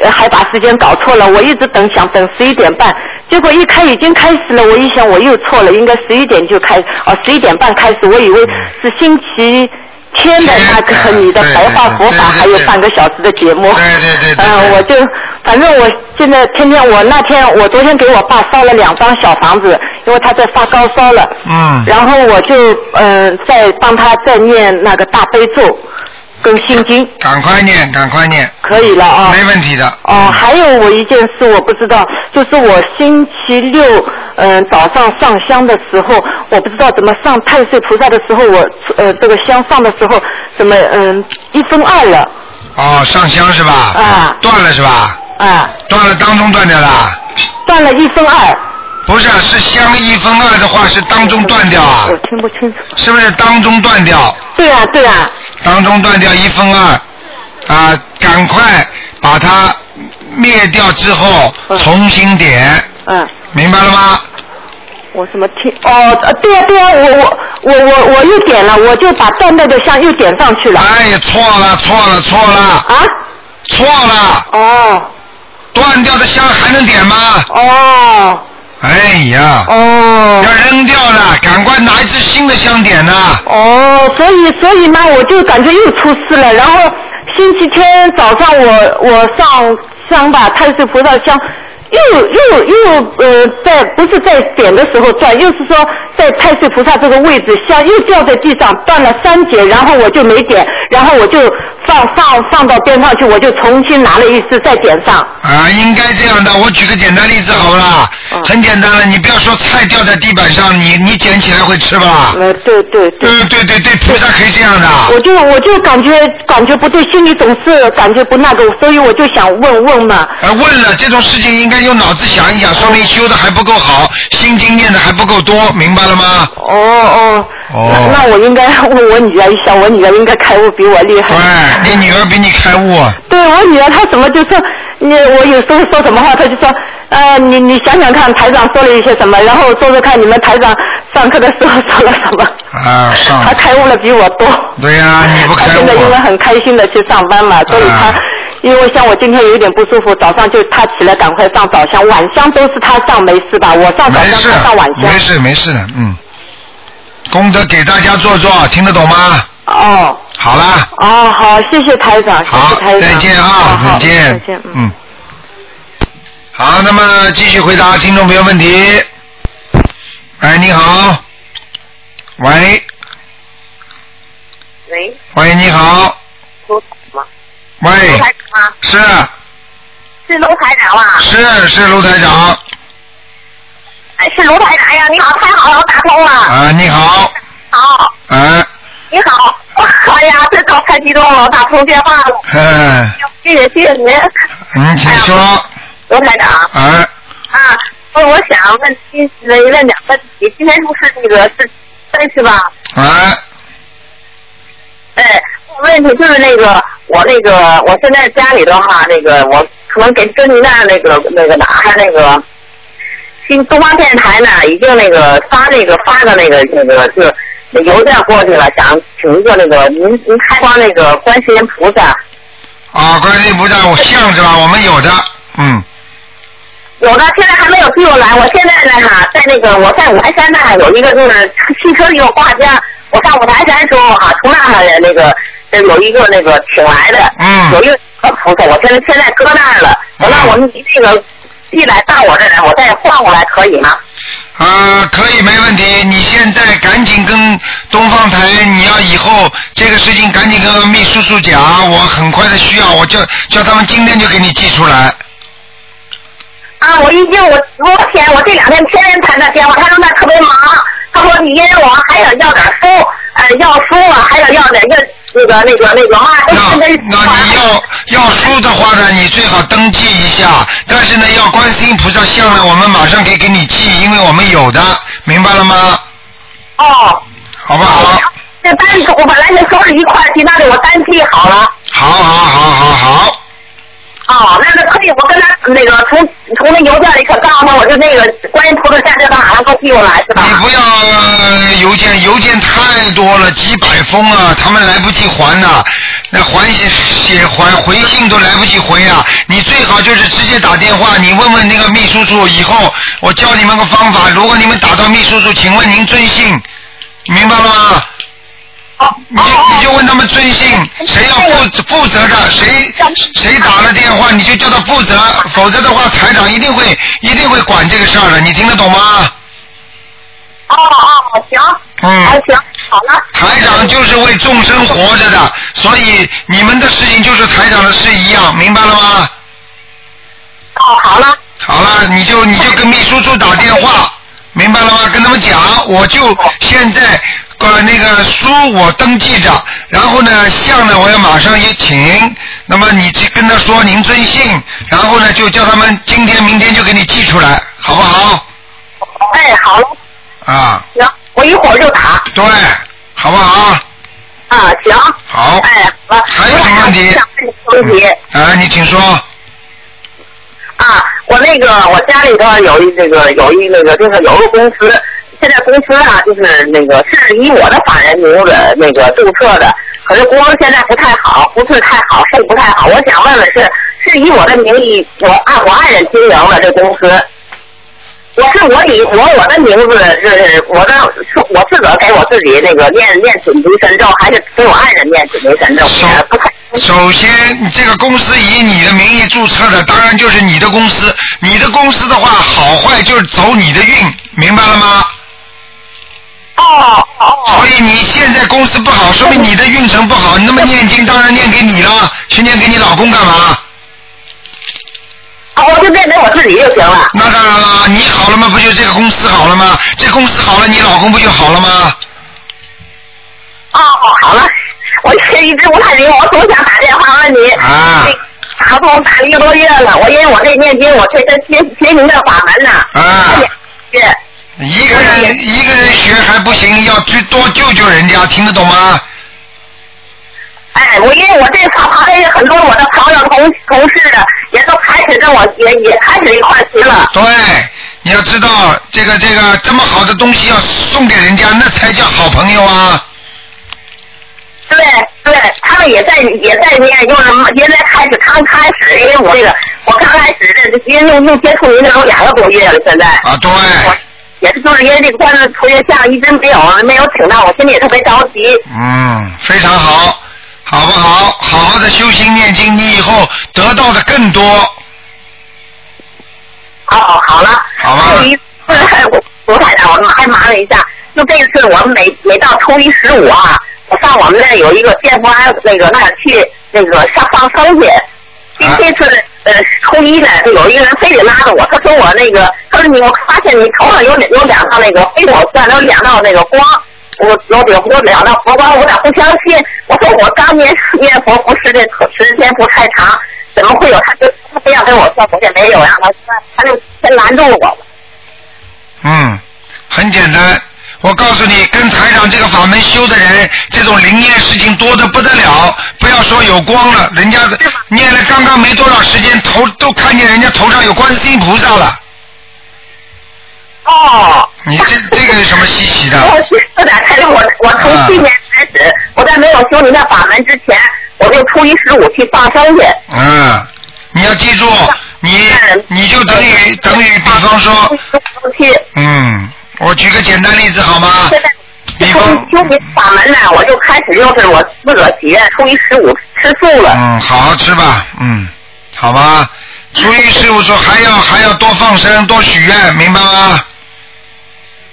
呃还把时间搞错了，我一直等想等十一点半，结果一开已经开始了，我一想我又错了，应该十一点就开，哦十一点半开始，我以为是星期。天的那个和你的白话佛法还有半个小时的节目，对对对对对嗯，我就反正我现在天天我那天我昨天给我爸烧了两张小房子，因为他在发高烧了，嗯，然后我就嗯、呃再帮他再念那个大悲咒跟心经，赶快念，赶快念，可以了啊。没问题的。哦，还有我一件事我不知道，就是我星期六嗯、呃早上上香的时候，我不知道怎么上太岁菩萨的时候，我呃这个香上的时候怎么嗯、一分二了哦，上香是吧？啊断了是吧？啊，断了当中断掉了？断了一分二。不是，啊是香一分二的话是当中断掉啊哎我，听不清楚。是不是当中断掉？对啊，对啊，当中断掉一分二，啊，赶快把它灭掉之后嗯重新点，嗯，明白了吗？我怎么听？哦，呃对啊，对啊，我我我我我又点了，我就把断掉的香又点上去了。哎呀，错了，错了，错了，啊？错了！哦断掉的香还能点吗？哦哎呀，哦要扔掉了，赶快拿一支新的香点呐！哦，所以所以嘛，我就感觉又出事了。然后星期天早上我我上香吧，太岁菩萨香。又又又呃，在不是在点的时候断，又是说在太岁菩萨这个位置香又掉在地上断了三节，然后我就没点，然后我就放放放到边上去，我就重新拿了一次再点上。啊，应该这样的。我举个简单例子好不啦？嗯很简单了，你不要说菜掉在地板上，你你捡起来会吃吧？呃，对对对，对对对对，菩萨可以这样的。我就我就感觉感觉不对，心里总是感觉不那个，所以我就想问问嘛。嗯哎，问了这种事情应该用脑子想一想，说明修的还不够好，心经念的还不够多，明白了吗？哦哦，哦那那我应该问我女儿一下，我女儿应该开悟比我厉害。对，你女儿比你开悟啊，对我女儿她怎么就说，你我有时候说什么话，她就说，呃，你你想想看，台长说了一些什么，然后说说看你们台长上课的时候说了什么。啊上她开悟了比我多。对呀、你不开她现在悟因为啊，很开心的去上班嘛，所以她。啊因为像我今天有点不舒服，早上就她起来赶快上早香，晚香都是她上没事吧？我上早啊没香，事她上晚，香。没事没事的，嗯，功德给大家做做，听得懂吗？哦。好啦，哦，好，谢谢台长，谢好谢，台长，再见好啊，好再见再见，，嗯。嗯。好，那么继续回答听众朋友问题。哎，你好，喂，嗯喂，喂，你好，卢吗？卢喂，台长哎吗？是是卢台长吧？是是卢台长哎，是卢台长哎呀！你好，太好了，我打通了。啊，你好，好，啊，你好，哎呀，这招太激动了，我打通电话了。嗯，谢谢谢谢您，你请说，卢台长啊，啊！我我想问今问问两个问题，今天是不是那个是但是吧？啊，哎，问题就是那个我那个我现在家里的话，那个我可能给跟您那儿那个那个哪儿那个新东方电台呢，已经那个发那个发的那个那个就是那邮件过去了，想请一个那个您您开光那个观世音菩萨，啊，观世音菩萨，我像是吧？我们有的，嗯，有的现在还没有寄过来，我现在呢哈，在那个我在五台山那儿有一个就是汽车一个挂件，我上五台山的时候哈，从那儿那个呃有一个那个请来的，嗯有一个菩萨，我现在现在搁那儿啊了，我让我们那个寄来到我这儿来，我再换过来可以吗？啊，可以，没问题。你现在赶紧跟东方台，你要以后这个事情赶紧跟秘书处讲，我很快的需要，我就叫他们今天就给你寄出来。啊，我一经我昨天我这两天天天谈他电话，他说那特别忙，他说你因为我还想要点书，呃，要书啊，还想要点要那个那个那个嘛，都跟那你要要书的话呢，你最好登记一下，但是呢，要观世音菩萨像呢，我们马上可以给你寄，因为我们有的，明白了吗？哦，好不好？这单子我本来就收拾一块儿去，那里我单记好了。好好好好好，哦，那那可以，我跟他那个从从那邮件里可告诉他，我就那个观音菩萨下车，他马上给我寄过来是吧？你不要呃邮件，邮件太多了，几百封啊，他们来不及还呐、那还写写还回信都来不及回啊！你最好就是直接打电话，你问问那个秘书处，以后我教你们个方法，如果你们打到秘书处，请问您尊姓？明白了吗？你你就问他们尊姓，谁要负负责的，谁谁打了电话，你就叫他负责，否则的话，台长一定会一定会管这个事儿的，你听得懂吗？哦哦，行，嗯，行，好了。台长就是为众生活着的，所以你们的事情就是台长的事一样，明白了吗？哦，好了。好了，你就你就跟秘书处打电话，明白了吗？跟他们讲，我就现在呃那个书我登记着，然后呢像呢我要马上也请，那么你去跟他说您尊姓，然后呢就叫他们今天明天就给你寄出来，好不好？哎，好了，啊，行，我一会儿就打。对，好不好？啊，行，好。哎，好了。还有什么问题？问题啊，你请说。啊，我那个我家里头有一那个有一那个就是有个公司，现在公司啊就是那个是以我的法人名字呃那个注册的，可是公司现在不太好，不是太好，是不太好。我想问问是是以我的名义我按我爱人经营的这公司。我是我以我我的名字是我的是我自个儿给我自己那个念念准提神咒，还是给我爱人念准提神咒？呃不太首先，你这个公司以你的名义注册的，当然就是你的公司。你的公司的话，好坏就是走你的运，明白了吗？哦哦。所以你现在公司不好，说明你的运程不好。那么念经当然念给你了，去念给你老公干嘛？哦，我就念给我自己就行了。那当然了，你好了吗？不就这个公司好了吗？这公司好了，你老公不就好了吗？哦，好了，我这一直不太明白，我总想打电话问你。啊。打通打了一个多月了，我因为我这念经，我这身学学您的法门呢。啊。是。一个人一个人学还不行，要去多救救人家，听得懂吗？哎，我因为我这旁旁边有很多我的朋友同同事的，也都开始跟我也也开始一块儿学了。对，你要知道这个这个这么好的东西要送给人家，那才叫好朋友啊！对对，他们也在也在念，就是也在开始刚开始，因为我这个我刚开始这因为又又接触您这有两个多月了，现在。啊，对。也是就是因为这个关于同学像一直没有没有请到，我心里也特别着急。嗯，非常好，好不好？好好的修心念经，你以后得到的更多，哦，好了。好还有吧？一次，我我太太，我还麻了一下，就这次我们每每到初一十五啊，我上我们那儿有一个建福庵那个那儿去那个上放生去。这啊这次呢呃初一呢，就有一个人非得拉着我，他说我那个，他说你我发现你头上有两有两道那个非我算有两道那个光。我我比我两道佛光，我俩不相信。我说我刚念念佛不是这时间不太长，怎么会有？他就他非要跟我说，我也没有呀。他他就先拦住我，啊嗯，很简单。我告诉你，跟台长这个法门修的人，这种灵验事情多的不得了。不要说有光了，人家念了刚刚没多少时间，头都看见人家头上有观世音菩萨了。哦，你这这个有什么稀奇的？ 我是有点开始，我我啊从去年开始，我在没有修您的法门之前，我就初一十五去放生去。嗯，你要记住，你你就等于等于，比方说，嗯，我举个简单例子好 吗？现在比从 方，修您法门呢，我就开始就是我自个儿许愿，初一十五吃素了。嗯，好好吃吧，嗯，好吧。初一十五说还要还要多放生，多许愿，明白吗？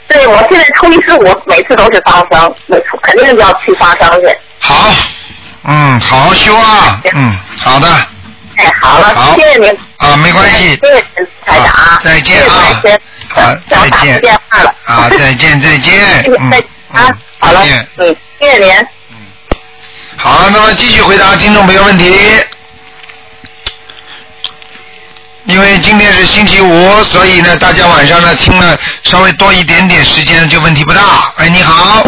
对，我现在初一十五每次都是放生，我肯定要去放生去。好，嗯，好好修啊，嗯，好的，哎，好了，好谢谢您，啊，没关系，谢谢台长啊，再见啊谢谢台好，长，再打不见进电话了，啊，再见，再见谢谢，再嗯见，啊，好了再见，嗯，谢谢您。好，那么继续回答听众朋友问题。因为今天是星期五，所以呢，大家晚上呢听了稍微多一点点时间，就问题不大。哎，你好，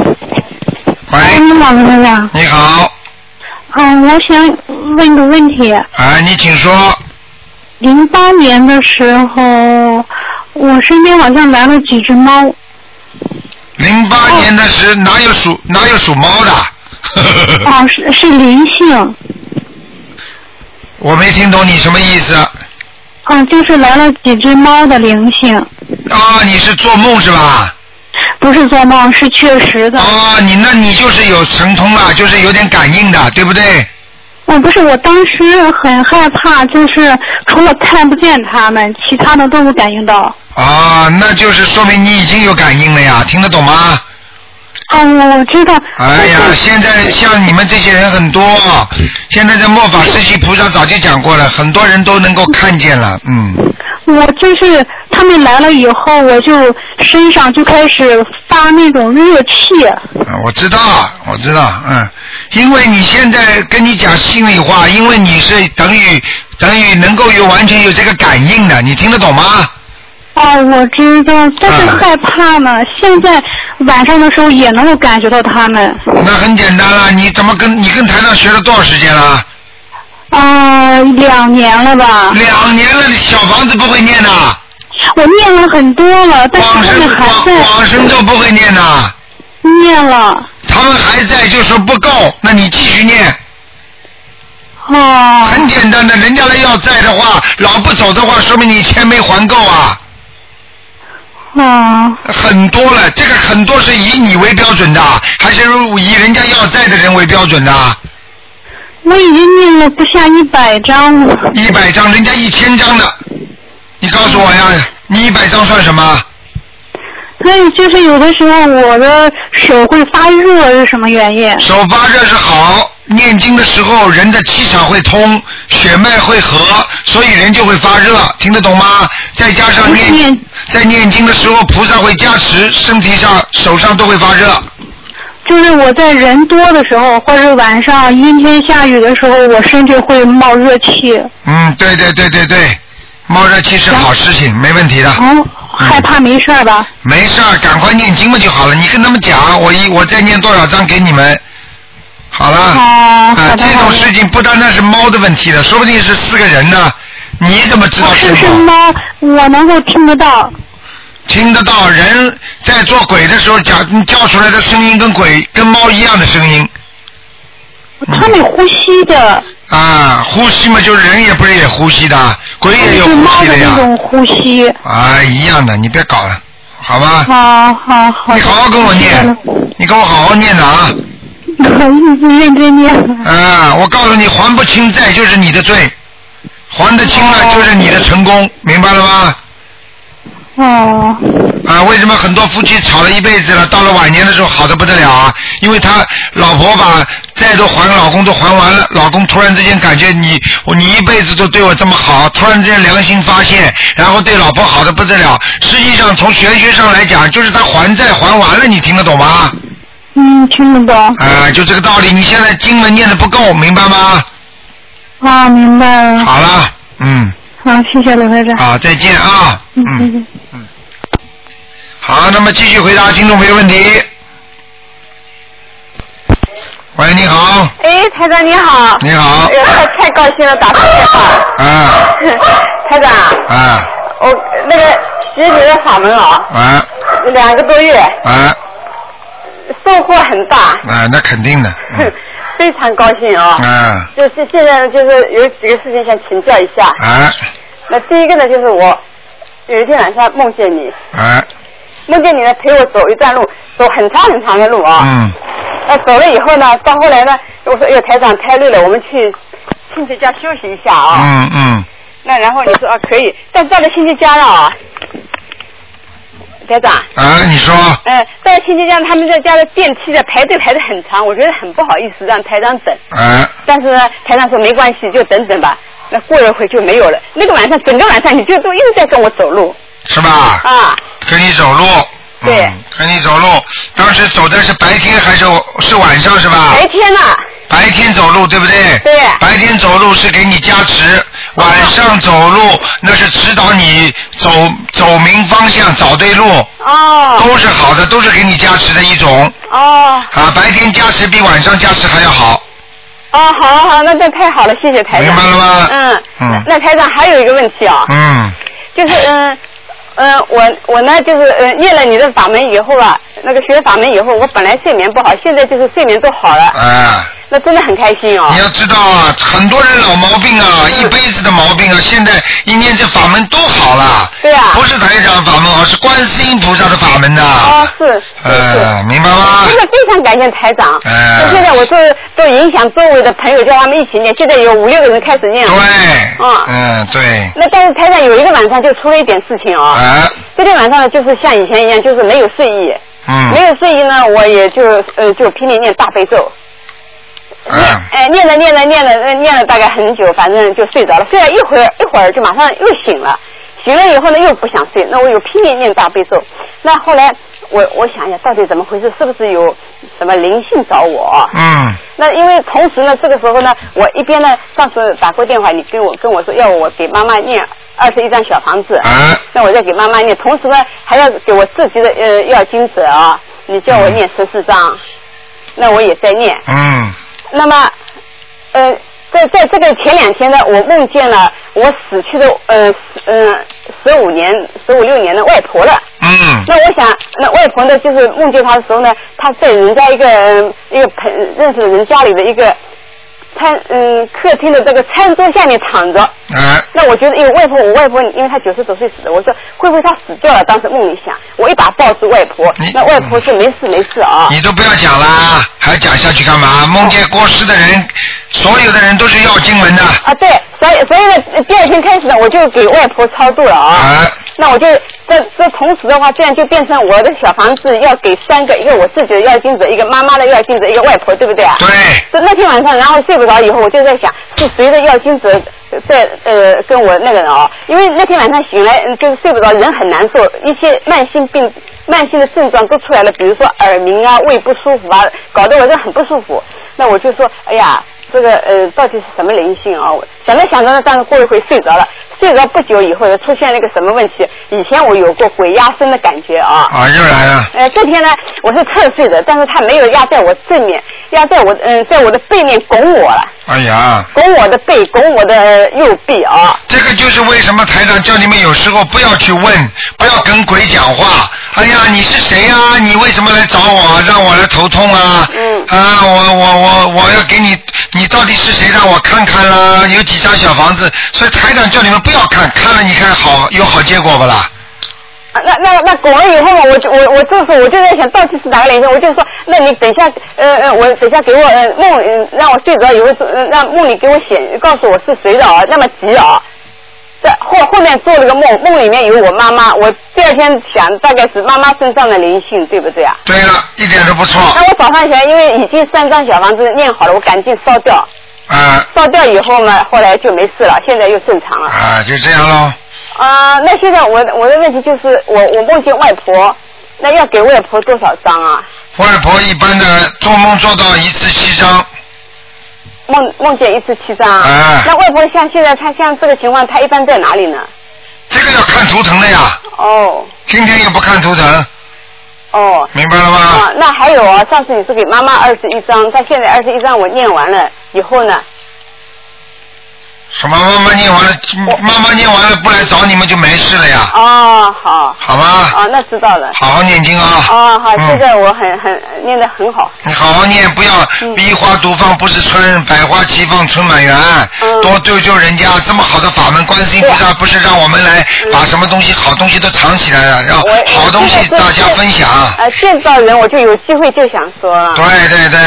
哎，喂，你好，台长。你好，嗯，我想问个问题。哎，你请说。零八年的时候，我身边好像来了几只猫。零八年的时哪有属哪有属猫的？嗯哦，是是灵性。 我没听懂你什么意思啊？嗯，就是来了几只猫的灵性，啊你是做梦是吧？不是做梦，是确实的。啊，你那你就是有神通了，就是有点感应的，对不对？我啊不是，我当时很害怕，就是除了看不见它们，其他的都能感应到。啊，那就是说明你已经有感应了呀，听得懂吗？哦，我知道。哎呀，嗯现在像你们这些人很多，现在在末法时期，菩萨早就讲过了，很多人都能够看见了，嗯，我就是他们来了以后，我就身上就开始发那种热气。啊我知道，我知道，嗯，因为你现在跟你讲心里话，因为你是等于等于能够有完全有这个感应的，你听得懂吗？哦，我知道，但嗯是害怕呢。现在晚上的时候也能够感觉到他们。那很简单了，你怎么跟你跟台上学了多少时间了？呃，两年了吧？两年了，你小房子不会念呐、我念了很多了，但是他们还在。往生咒不会念呐、念了。他们还在就说不够，那你继续念。哦。很简单的，人家来要债的话，老不走的话，说明你钱没还够啊。哦。很多了，这个很多是以你为标准的，还是以人家要债的人为标准的？啊我已经念了不下一百张了。一百张，人家一千张的，你告诉我呀，你一百张算什么？所以就是有的时候我的手会发热，是什么原因？手发热是好，念经的时候人的气场会通，血脉会合，所以人就会发热，听得懂吗？再加上念在念经的时候，菩萨会加持，身体上、手上都会发热。就是我在人多的时候，或者晚上阴天下雨的时候，我身体会冒热气，嗯，对对对对对，冒热气是好事情，没问题的。哦，害怕没事儿吧？没事儿，赶快念经嘛就好了。你跟他们讲，我一我再念多少张给你们，好了。啊、好的这好种的事情不单单是猫的问题的，说不定是四个人呢。你怎么知道哦是是不是猫？猫？我能够听得到。听得到人在做鬼的时候讲叫出来的声音跟鬼跟猫一样的声音。嗯他们呼吸的，啊，呼吸嘛，就是人也不是也呼吸的，鬼也有就是呼猫吸的呀那。种呼吸。啊，一样的，你别搞了，好吧？好好啊好。你好好跟我念，你跟我好好念的啊！嗯认真念。啊，我告诉你，还不清债就是你的罪，还得清了就是你的成功，明白了吗？哦。啊，为什么很多夫妻吵了一辈子了，到了晚年的时候好的不得了啊？因为他老婆把债都还老公都还完了，老公突然之间感觉你我你一辈子都对我这么好，突然之间良心发现，然后对老婆好的不得了。实际上从玄学上来讲，就是他还债还完了，你听得懂吗？嗯，听得懂。啊，就这个道理。你现在经文念的不够，明白吗？啊，明白了。好了，嗯，好，谢谢刘会长。好，再见啊。嗯，谢谢。好，那么继续回答听众朋友问题。喂，你好，哎，台长你好。你好哎呀太太高兴了，打通电话。啊台长，啊我哦那个学你的法门啊，啊两个多月啊啊！收获很大，那肯定 的，嗯非常高兴啊。啊就是现在呢，就是有几个事情想请教一下。啊那第一个呢，就是我有一天晚上梦见你，啊梦见你呢陪我走一段路，走很长很长的路啊。嗯那走了以后呢，到后来呢，我说哎呦台长太累了，我们去亲戚家休息一下啊。嗯嗯，那然后你说啊可以，但到了亲戚家了啊，台长，啊，你说嗯、到了亲戚家，他们在家的电梯的排队排的很长，我觉得很不好意思让台长等，啊但是呢，台长说没关系，就等等吧。那过了会就没有了。那个晚上，整个晚上你就都一直在跟我走路是吧？啊，跟你走路，嗯对，跟你走路。当时走的是白天还是是晚上是吧？白天啊呐、白天走路对不对？对。白天走路是给你加持，晚上走路那是指导你走走明方向，找对路。哦。都是好的，都是给你加持的一种。哦啊，白天加持比晚上加持还要好。哦，好好好，那那太好了，谢谢台长。明白了吗嗯，嗯那台长还有一个问题啊，嗯就是嗯。嗯，我我呢就是呃念了你的法门以后啊，那个学法门以后，我本来睡眠不好，现在就是睡眠都好了，啊。那真的很开心哦。嗯你要知道啊，很多人老毛病啊，一辈子的毛病啊，现在一念这法门都好了。对啊不是台长法门好，是观世音菩萨的法门呐、哦，是，呃，明白吗？真的非常感谢台长。哎那现在我都都影响周围的朋友，叫他们一起念，现在有五六个人开始念了。对。嗯，嗯，对。那但是台长有一个晚上就出了一点事情啊、啊，这天晚上呢，就是像以前一样，就是没有睡意。嗯没有睡意呢，我也就呃就拼命念大悲咒。啊念哎念了念了念了呃念了大概很久，反正就睡着了。睡了一会儿一会儿就马上又醒了，醒了以后呢又不想睡，那我又拼命念大悲咒。那后来我我想一下到底怎么回事，是不是有什么灵性找我啊？嗯那因为同时呢，这个时候呢，我一边呢，上次打过电话，你跟我跟我说要我给妈妈念二十一张小房嗯啊子，那我再给妈妈念，同时呢还要给我自己的呃要经者啊，你叫我念十四张，那我也在念。嗯那么，呃，在在这个前两天呢，我梦见了我死去的呃嗯十五年十五六年的外婆了。嗯那我想，那外婆呢，就是梦见她的时候呢，她在人家一个嗯一个朋认识的人家里的一个餐嗯客厅的这个餐桌下面躺着。啊那我觉得，因为哎外婆，我外婆，因为她九十九岁死的，我说会不会她死掉了？当时梦里想，我一把抱住外婆，那外婆说没事没事啊。你都不要讲啦，还讲下去干嘛？梦见过世的人，所有的人都是要经文的。啊，对，所以所以呢，第二天开始呢，我就给外婆超度了啊。啊那我就这这同时的话，这样就变成我的小房子要给三个，一个我自己的要金子，一个妈妈的要金子，一个外婆，对不对啊？对。所以那天晚上，然后睡不着以后，我就在想是谁的要金子在呃跟我那个人啊、因为那天晚上醒来嗯就是睡不着，人很难受，一些慢性病、慢性的症状都出来了，比如说耳鸣啊、胃不舒服啊，搞得我这很不舒服。那我就说，哎呀，这个呃到底是什么灵性啊？我想着想着呢，但是过一会睡着了，睡着不久以后呢，出现了一个什么问题？以前我有过鬼压身的感觉啊。啊，又来了。呃，这天呢，我是侧睡的，但是他没有压在我正面，压在我嗯、在我的背面拱我了，哎呀，拱我的背，拱我的呃右臂啊。这个就是为什么台长叫你们有时候不要去问，不要跟鬼讲话。哎呀，你是谁啊？你为什么来找我啊？让我来头痛啊？嗯。啊，我我我我要给你，你到底是谁？让我看看啦。有几张小房子，所以台长叫你们不要看，看了你看好有好结果不啦？啊那那那拱了以后嘛，我就我我这时候我就在想，到底是哪个灵性？我就说，那你等一下，呃呃，我等一下给我呃梦、呃让我睡着以后，呃让梦里给我显告诉我是谁的啊，那么急啊。在后后面做了个梦，梦里面有我妈妈，我第二天想大概是妈妈身上的灵性，对不对啊？对了，一点都不错。哎那我早上起来，因为已经三张小房子念好了，我赶紧烧掉。啊烧掉以后呢，后来就没事了，现在又正常了。啊，就这样喽。啊、那现在我我的问题就是，我我梦见外婆，那要给外婆多少张啊？外婆一般的做梦做到一次七张，梦梦见一次七张。啊那外婆像现在她像这个情况，她一般在哪里呢？这个要看图腾的呀。哦今天又不看图腾，哦。明白了吗？啊，那还有啊，上次你是给妈妈二十一张，她现在二十一张我念完了以后呢？什么妈妈念完了，妈妈念完了不来找你们就没事了呀，哦，好。好吧？哦，那知道了。好好念经啊！哦，好，嗯这个我很很念得很好。你好好念，不要一花独放不是春，百花齐放春满园。多救救人家，这么好的法门，观世音菩萨不是让我们来把什么东西、好东西都藏起来了，嗯让好东西大家分享。啊呃，见到人我就有机会就想说了。对对对，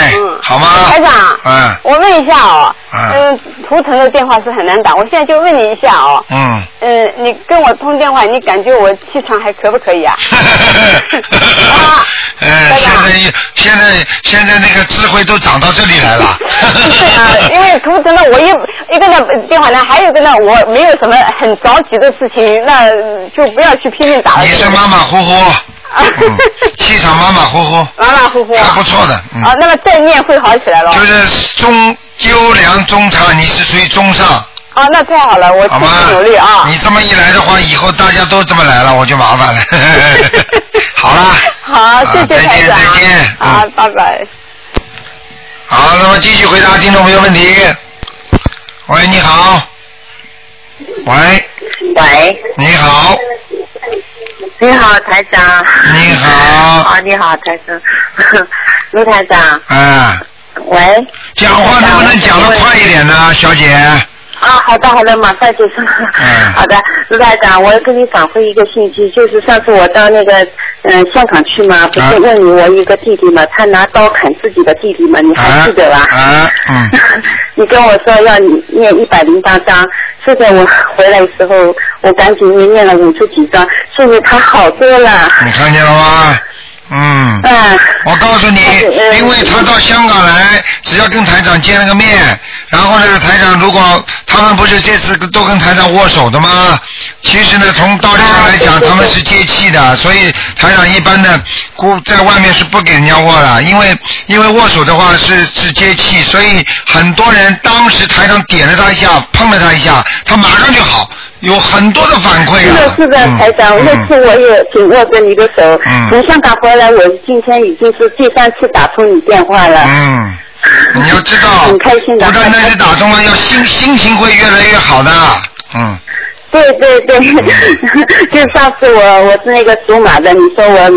好吗？台长，嗯我问一下哦，嗯嗯，图腾的电话是很难打，我现在就问你一下哦，嗯，嗯，你跟我通电话，你感觉我气场还可不可以 啊？ 哎呃，现在现在现在那个智慧都长到这里来了，对 啊，因为图腾呢，我一一个呢电话呢，还有一个呢，我没有什么很着急的事情，那就不要去拼命打了。 你 是马马虎虎，嗯气场马马虎 虎，马马虎虎啊。还不错的，嗯，啊，那么再念会好起来了。就是中优良中差，你是属于中上，啊，那太好了，我好继吗续努力啊。你这么一来的话，以后大家都这么来了，我就麻烦了。 好啦， 啊好，谢谢台长。再见，嗯啊，拜拜。好，那么继续回答听众朋友问题。喂，你好。喂，喂，你好，你好，台长。你好。啊，你好，台长。 卢台长，哎，喂。讲话能不能讲的快一点呢，小姐？啊，好的好的，马上结束。嗯 好的，卢台长，我要跟你反馈一个信息，就是上次我到那个嗯、香港去嘛，不啊是问你我一个弟弟嘛，他拿刀砍自己的弟弟嘛，你还记得吧？啊，嗯， 你跟我说要你念一百零八章，现在我回来的时候，我赶紧念念了五十几章，现在他好多了。你看见了吗？嗯，嗯， 我告诉你，因为他到香港来，只要跟台长见了个面，然后呢，台长如果他们不是这次都跟台长握手的吗？其实呢，从道理上来啊讲，他们是接气的，所以台长一般呢，故在外面是不给人家握的，因为因为握手的话是是接气，所以很多人当时台长点了他一下，碰了他一下，他马上就好，有很多的反馈是啊嗯的，。是的，台长，那次我也紧握着你的手。从香港回来，我今天已经是第三次打通你电话了。嗯，你要知道，很开心的。不单单是打中了，要心心情会越来越好的。嗯，对对对， 就上次我我是那个属马的，你说我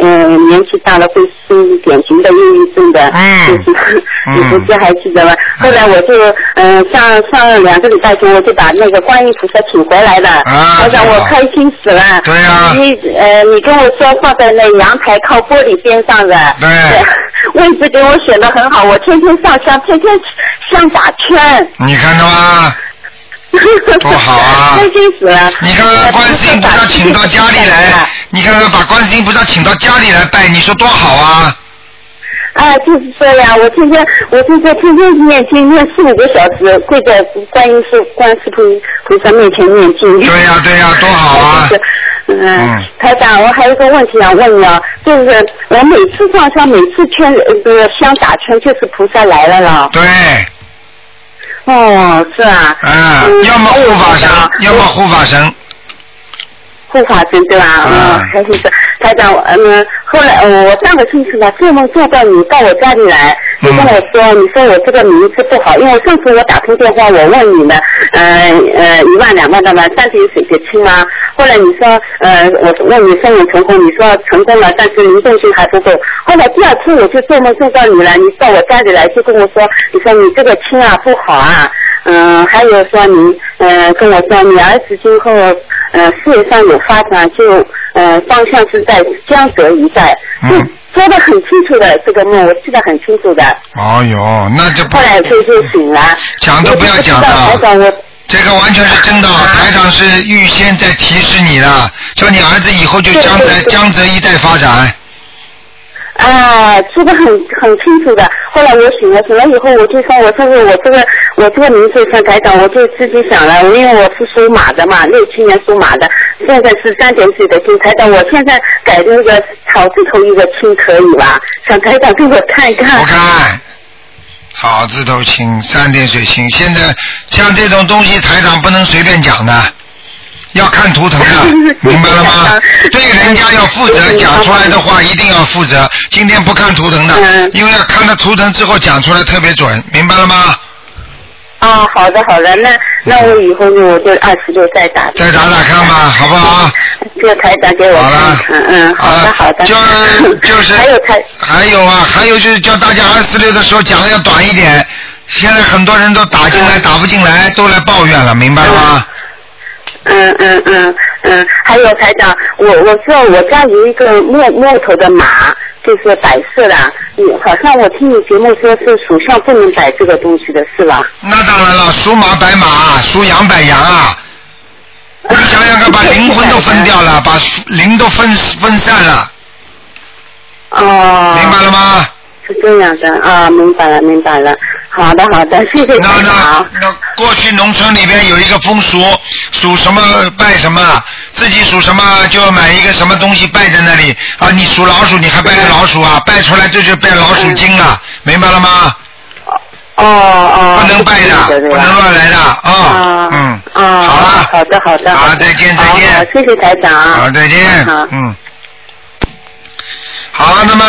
嗯、年纪大了会生典型的抑郁症的，嗯、就是你不是还记得吗？后来我就嗯、上上两个礼拜前我就把那个观音菩萨请回来了，啊我想我开心死了。对呀、你呃你跟我说放在那阳台靠玻璃边上的，对 位置给我选的很好，我天天上香，天天香打圈。你看到吗？多好啊！ 开心死了！你看哎看观世音菩萨请到家里来，你看看把观世音菩萨请到家里来拜，你说多好啊！啊，就是这样。我天天，我现在天天念经，念四五个小时，跪在观音是观世菩菩萨面前念经。对呀、对呀、多好啊！ 就是嗯，台长，我还有一个问题想问你啊，就是我每次上香，每次圈呃香打圈，就是菩萨来了啦。对。哦，是啊。嗯，要么护法神，要么护法神。护法神对吧？啊嗯，还是说台长，嗯，后来呃我上个星期吧，做梦做到你到我家里来，你跟我说，你说我这个名字不好，因为上次我打通电话，我问你呢，呃呃，一万两万的嘛，三点水给清吗？后来你说，呃，我问你生意成功，你说成功了，但是灵动性还不够。后来第二次我就做梦做到你了，你到我家里来就跟我说，你说你这个亲啊不好啊，嗯，还有说你，呃，跟我说你儿子今后，呃，事业上有发展，就呃方向是在江浙一带，嗯就说的很清楚的这个梦，我记得很清楚的。哦哟，那就后来就就醒了。讲都不要讲我就不知道台长我的。这个完全是真的，啊台长是预先在提示你的，叫你儿子以后就江对浙对对江浙一带发展。啊，说的很很清楚的。后来我醒了，醒了以后我就说，我这个我这个我这个名字像台长，我就自己想了，因为我是属马的嘛，六七年属马的，现在是三点水的金台长，我现在改那个草字头一个青可以吧？想台长给我看一看。我看，草字头青，三点水青。现在像这种东西，台长不能随便讲的，要看图腾 的，明白了嗯吗？对人家要负责，讲出来的话一定要负责。今天不看图腾嗯的，因为要看了图腾之后讲出来特别准，明白了吗？啊，好的好的，那那我以后就我就二十六再打。再打打看吧，好不好？这个台长给我看看，嗯，好的好的。 就是还有还有啊，还有就是叫大家二四六的时候讲的要短一点。现在很多人都打进来，打不进来，都来抱怨了，明白了吗？嗯嗯嗯嗯，还有台长，我我知道我家有一个木木头的马，嗯就是摆设啦。你好像我听你节目说是属相不能摆这个东西的是吧？那当然了，属马摆马，属羊摆羊 啊。你想想看，把灵魂都分掉了，把灵都分分散了。哦。嗯明白了吗？是这样的啊，明白了，明白了。好的，好的，谢谢 台长。啊那过去农村里边有一个风俗，属什么拜什么，自己属什么就要买一个什么东西拜在那里啊。你属老鼠，你还拜个老鼠嗯啊？拜出来这就变老鼠精了，明白了吗？哦哦。不能拜的，不能乱来的啊。嗯。啊，好了。好的，好的。好，再见，再好，见。谢谢台啊长。好，再见好。嗯。好，那么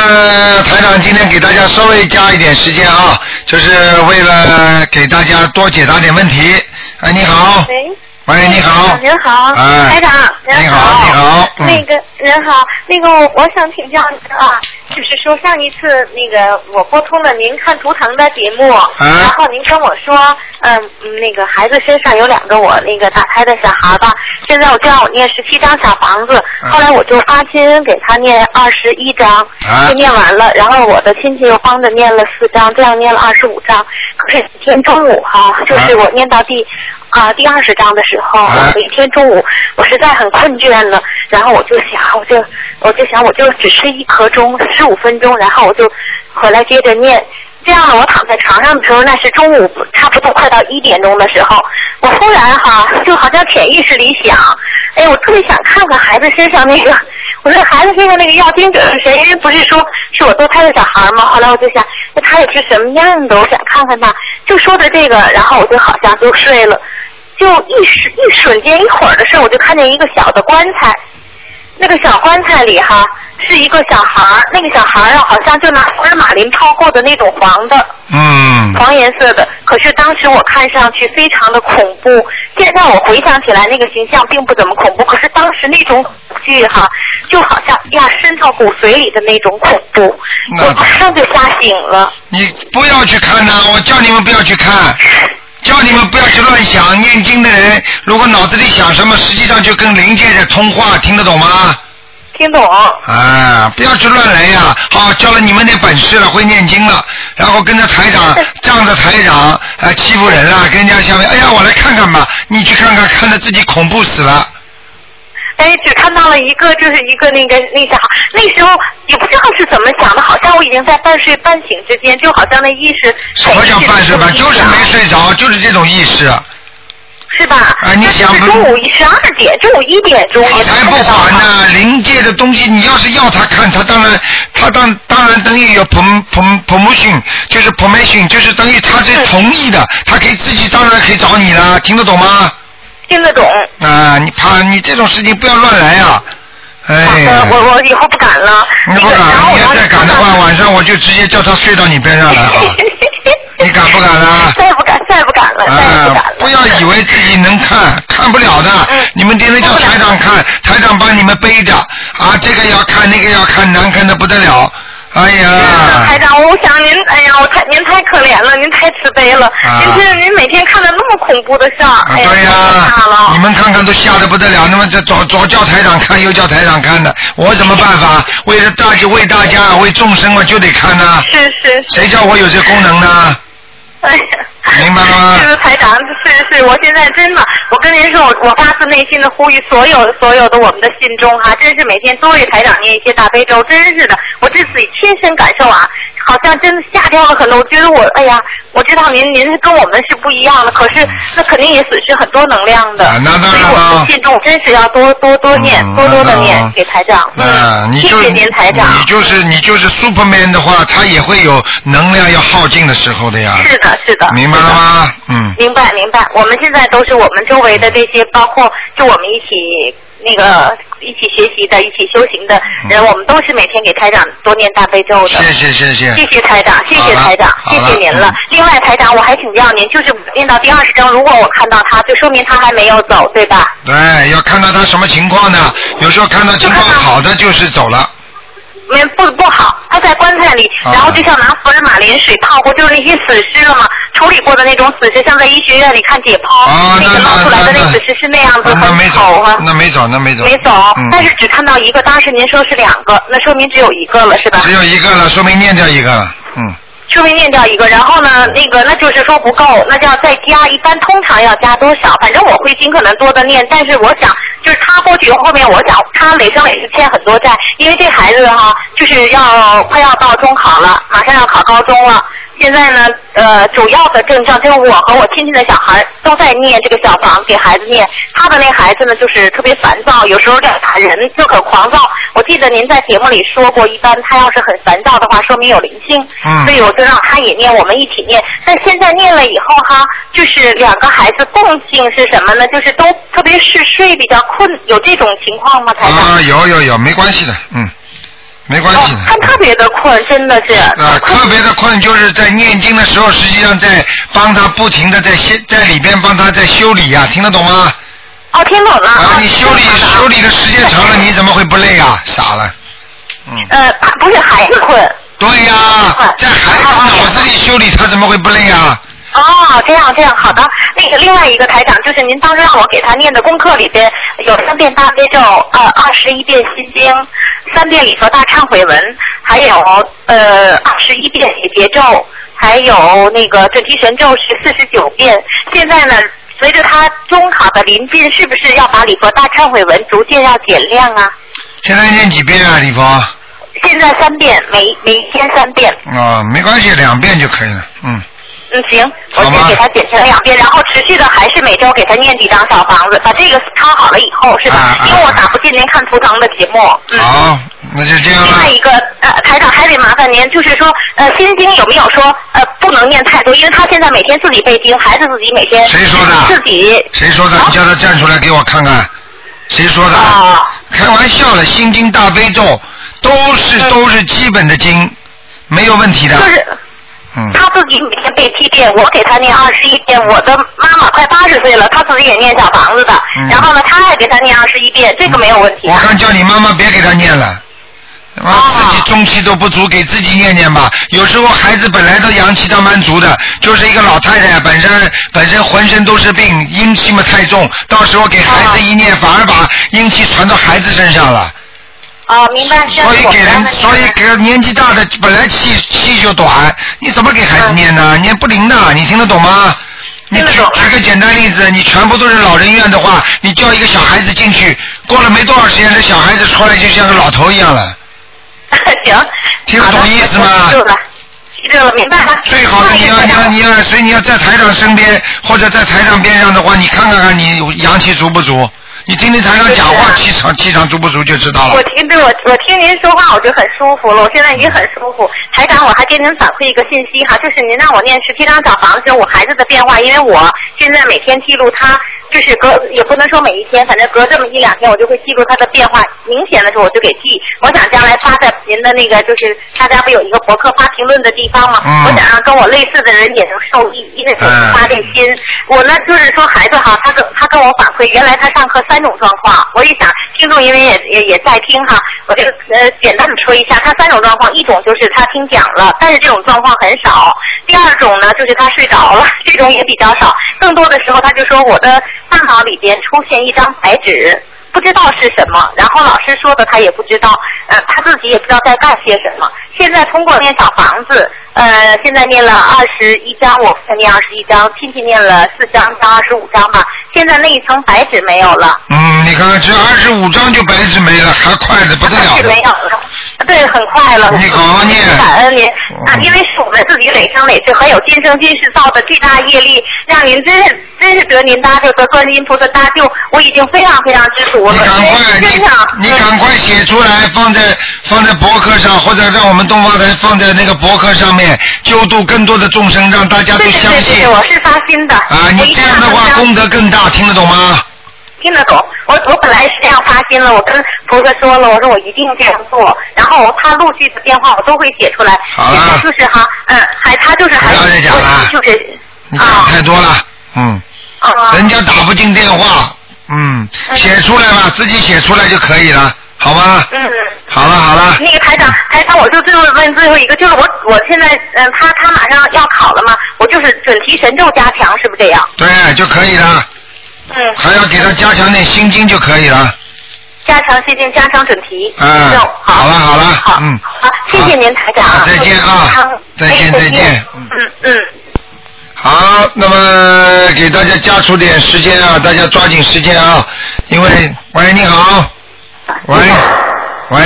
台长今天给大家稍微加一点时间啊，就是为了给大家多解答点问题。哎，你好，喂，喂，你好，嗯您好，哎台长，您你好，你好，那嗯，个您好，那个我我想请教您啊，就是说上一次那个我拨通了您看图腾的节目，啊然后您跟我说，嗯，嗯那个孩子身上有两个我那个打胎的小孩吧，现在我就让我念十七张小房子，啊后来我就发亲人给他念二十一张，啊就念完了，然后我的亲戚又帮着念了四张，这样念了二十五张，可是今天中午哈、就是我念到第。啊，第二十章的时候，有一天中午，我实在很困倦了，然后我就想，我就我就想，我就只吃一颗钟，十五分钟，然后我就回来接着念。这样呢，我躺在床上的时候，那是中午差不多快到一点钟的时候，我忽然哈，就好像潜意识里想，哎，我特别想看看孩子身上那个，我说孩子身上那个药精者是谁？因为不是说是我堕胎的小孩吗？后来我就想，那他也是什么样的？我想看看他。就说的这个，然后我就好像就睡了。就一时一瞬间一会儿的事儿，我就看见一个小的棺材，那个小棺材里哈是一个小孩儿，那个小孩儿啊好像就拿福尔马林泡过的那种黄的，嗯，黄颜色的。可是当时我看上去非常的恐怖，现在我回想起来那个形象并不怎么恐怖，可是当时那种恐惧哈，就好像呀伸到骨髓里的那种恐怖，我马上就吓醒了。你不要去看呐、我叫你们不要去看，叫你们不要去乱想。念经的人如果脑子里想什么，实际上就跟灵界在通话，听得懂吗？听懂。啊，不要去乱来呀！好，教了你们点本事了，会念经了，然后跟着台 长，仗着台长啊、欺负人啦，跟人家下面，哎呀，我来看看吧，你去看看，看着自己恐怖死了。哎，只看到了一个，就是一个那个那啥，那时候也不知道是怎么想的，好像我已经在半睡半醒之间，就好像那意识什么叫半睡 半？就是没睡着，就是这种意识。是吧？啊，你想是中午十二点，中午一点钟也才不管呢，灵界的东西，你要是要他看，他当然，他当当然等于有 perm perm permission，就是 permission，就是等于他是同意的，他可以自己当然可以找你了，听得懂吗？听得懂。啊，你怕你这种事情不要乱来啊！哎，啊我我以后不敢了。你不敢，你要再敢的话，晚上我就直接叫他睡到你边上来啊！你敢不敢啊？再不敢，再不敢了，嗯再不敢了。啊不要以为自己能 看，看不了的。你们天天叫台长看，台长帮你们背着啊，这个要看，那个要看，难看的不得了。哎呀，台长，我想您，哎呀，我太您太可怜了，您太慈悲了。啊您这您每天看到那么恐怖的事儿，哎呀，你们看看都吓得不得了。那么这左左叫台长看，右叫台长看的，我怎么办法？为了大家，为大家，为众生，我就得看呐、是是。谁叫我有这功能呢？ 哎呀，明白了吗？是台长，是是，我现在真的，我跟您说，我我发自内心的呼吁所有所有的我们的信众哈、真是每天都为台长念一些大悲咒，真是的，我这自己亲身感受啊，好像真的吓掉了很多，我觉得我哎呀，我知道您您跟我们是不一样的，可是那肯定也损失很多能量的，啊那当所以然我了们信众真是要多多多念，多多的念给台长，嗯啊，嗯你就谢谢您台长你就是你就是 Superman 的话，他也会有能量要耗尽的时候的呀。是的，是的，啊明白了吗？嗯，明白明白，我们现在都是我们周围的这些，包括就我们一起那个一起学习的、一起修行的人，我们都是每天给台长多念大悲咒的。嗯谢谢谢谢。谢谢台长，谢谢台长，好谢了谢您了嗯。另外，台长，我还请教您，就是念到第二十章，如果我看到他，就说明他还没有走，对吧？对，哎要看到他什么情况呢？有时候看到情况好的就是走了。没不不好，他在棺材里，然后就像拿福尔马林水泡哦过，就是那些死尸了嘛，处理过的那种死尸，像在医学院里看解剖、那个捞出来的那啊哦那只是是那样子那没很走丑啊，，那没走，那没走，没走嗯，但是只看到一个，当时您说是两个，那说明只有一个了是吧？嗯只有一个了，说明念掉一个了，嗯，说明念掉一个，然后呢，那个那就是说不够，那就要再加。一般通常要加多少？反正我会尽可能多的念，但是我想，就是他过去后面，我想他累生也是欠很多债，因为这孩子哈、就是要快要到中考了，马上要考高中了。现在呢，呃，主要的症状就是我和我亲戚的小孩都在念这个小房，给孩子念。他的那孩子呢，就是特别烦躁，有时候有点打人，就很狂躁。我记得您在节目里说过，一般他要是很烦躁的话，说明有灵性。嗯所以我就让他也念，我们一起念。但现在念了以后哈，就是两个孩子共性是什么呢？就是都特别嗜睡，比较困，有这种情况吗？台长？啊，有有有，没关系的，嗯，没关系的。他哦特别的困，真的是。啊，特别的困，就是在念经的时候，实际上在帮他不停的在先在里边帮他在修理呀、听得懂吗？哦，听懂了。啊，你修理修理的时间长了，你怎么会不累啊？傻了。嗯呃，不是孩子困。对呀、在孩子脑子里修理，他怎么会不累啊？哦，这样这样，好的。那个另外一个台长，就是您当时让我给他念的功课里边有三遍大悲咒，呃，二十一遍心经，三遍礼佛大忏悔文，还有呃二十一遍解结咒，还有那个准提神咒是四十九遍。现在呢，随着他中考的临近，是不是要把礼佛大忏悔文逐渐要减量啊？现在念几遍啊，李佛？啊、现在三遍，每每一天三遍。没关系，两遍就可以了。嗯，嗯，行，我先给他减成两遍，然后持续的还是每周给他念几张小房子，把这个抄好了以后是吧？因为我打不进您看图腾的节目。嗯。啊好，那就这样另了。外一个，呃，台长还得麻烦您，就是说，呃，心经有没有说，呃，不能念太多，因为他现在每天自己背经，孩子自己每天谁说的？自己谁说的？你叫他站出来给我看看，谁说的？啊开玩笑了，《心经》《大悲咒》都是都是基本的经，没有问题的。嗯他自己每天背七遍，我给他念二十一遍。我的妈妈快八十岁了，她自己也念小房子的，嗯然后呢，他也给他念二十一遍，这个没有问题。我看叫你妈妈别给他念了。啊，自己中气都不足，给自己念念吧。有时候孩子本来都阳气都蛮足的，就是一个老太太，本身本身浑身都是病，阴气嘛太重，到时候给孩子一念，反而把阴气传到孩子身上了。啊，明白。所以给人，所以给年纪大的本来气气就短，你怎么给孩子念呢？嗯念不灵的，你听得懂吗？你举举个简单例子，你全部都是老人院的话，你叫一个小孩子进去，过了没多少时间，这小孩子出来就像个老头一样了。 行，听得懂意思吗记？住了，记住了，明白了。最好的你要你要你要，所以你要在台长身边或者在台长边上的话，你看看看你阳气足不足，你听听台长讲话气场气场足不足就知道了。我听对我我听您说话我就很舒服了，我现在已经很舒服。台长，我还给您反馈一个信息哈，就是您让我念十七张小房子，我孩子的变化，因为我现在每天记录他，就是隔也不能说每一天，反正隔这么一两天我就会记录他的变化，明显的时候我就给记。我想将来发在您的那个就是大家不有一个博客发评论的地方吗？嗯我想让跟我类似的人也能受益，因为我发这心。我呢就是说孩子哈，他跟他跟我反馈，原来他上课三种状况，我也想听众因为也也也在听哈，我就呃简单的说一下，他三种状况，一种就是他听讲了，但是这种状况很少；第二种呢就是他睡着了， 这种也比较少，更多的时候他就说我的大脑里边出现一张白纸。不知道是什么，然后老师说的他也不知道，呃，他自己也不知道在干些什么。现在通过念小房子，呃，现在念了二十一章，我才念二十一章，亲戚念了四章到二十五章吧。现在那一层白纸没有了，嗯，你看这二十五张就白纸没了，还快的不得了是没有了，对，很快了。你好好念嗯感恩您啊，因为是我们自己累生累世和有今生今世造的巨大业力，让您真是真是得您搭救，得观世音菩萨搭救，我已经非常非常知足了。真的。你赶嗯快写出来，放在放在博客上，或者让我们东方台放在那个博客上面，救度更多的众生，让大家都相信。对对对对我是发心的。啊，你这样的话功德更大，听得懂吗？听得懂。我我本来是这样发心了，我跟菩萨说了，我说我一定这样做，然后我他陆续的变化我都会写出来。好了就是哈，嗯，还他就是还不要再讲了，就是你讲太多了，嗯，啊，人家打不进电话，嗯，写出来吧，自己写出来就可以了，好吗？嗯。好了好了，那个台长，台长，我就最后问最后一个，就是我我现在嗯，他他马上要考了嘛，我就是准提神咒加强，是不是这样？对，就可以了。嗯，还要给他加强点心经就可以了。加强心经，加强准提。啊，那好了好了，嗯，好，谢谢您台长啊。再见啊，再见再见，嗯嗯。好，那么给大家加出点时间啊，大家抓紧时间啊，因为喂，你好， 喂，喂，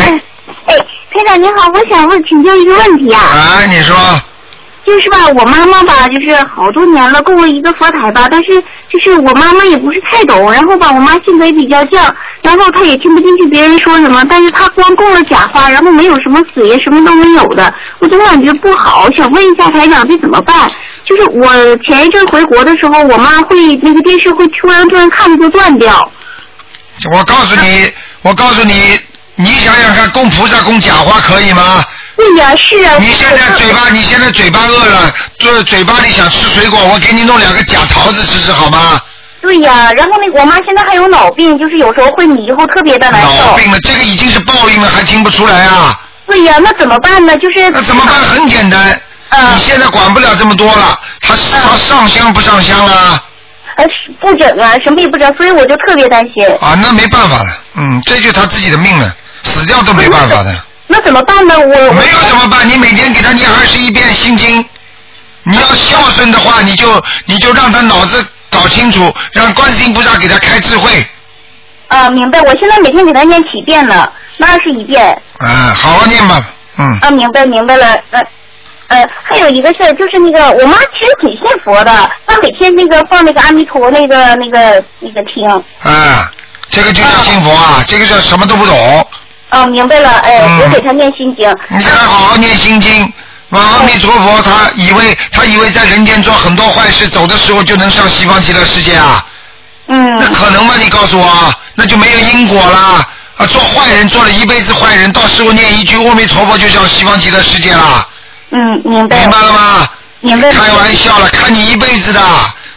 哎，台长您好，我想问请教一个问题啊。啊，你说，就是吧，我妈妈吧，就是好多年了供了一个佛台吧，但是就是我妈妈也不是太懂，然后吧，我妈性格也比较犟，然后她也听不进去别人说什么，但是她光供了假花，然后没有什么水，什么都没有的，我总感觉不好，想问一下台长这怎么办？就是我前一阵回国的时候，我妈会那个电视会突然突然看着就断掉，我告诉你，我告诉你，你想想看，供菩萨供假花可以吗？对呀，是哎啊。你现在嘴巴，你现在嘴巴饿了，就是嘴巴里想吃水果，我给你弄两个假桃子吃吃好吗？对呀、然后那个我妈现在还有脑病，就是有时候会迷糊，特别的难受。病了，这个已经是报应了，还听不出来啊？对呀、那怎么办呢？就是嗯那怎么办？很简单，你现在管不了这么多了，他他上香不上香啊啦？呃，不整啊，什么也不整，所以我就特别担心。啊，那没办法了，嗯，这就是他自己的命了，死掉都没办法的。那怎么办呢？我没有怎么办？你每天给他念二十一遍心经，你要孝顺的话，你就你就让他脑子搞清楚，让观世音菩萨给他开智慧。啊、明白。我现在每天给她念几遍呢？那二十一遍。啊，好好念吧，嗯。啊，明白明白了，呃。呃，还有一个事儿就是那个，我妈其实挺信佛的，她每天那个放那个阿弥陀佛那个那个那个听。啊，这个就叫信佛啊，这个叫什么都不懂。哦，明白了，哎，嗯我给她念心经。你让他好好念心经，往阿弥陀佛，他以为他以为在人间做很多坏事，走的时候就能上西方极乐世界啊？ 嗯。那可能吗？你告诉我，啊那就没有因果啦。啊，做坏人做了一辈子坏人，到时候念一句阿弥陀佛就上西方极乐世界啦。嗯，明白。明白了吗？明白。开玩笑了，看你一辈子的，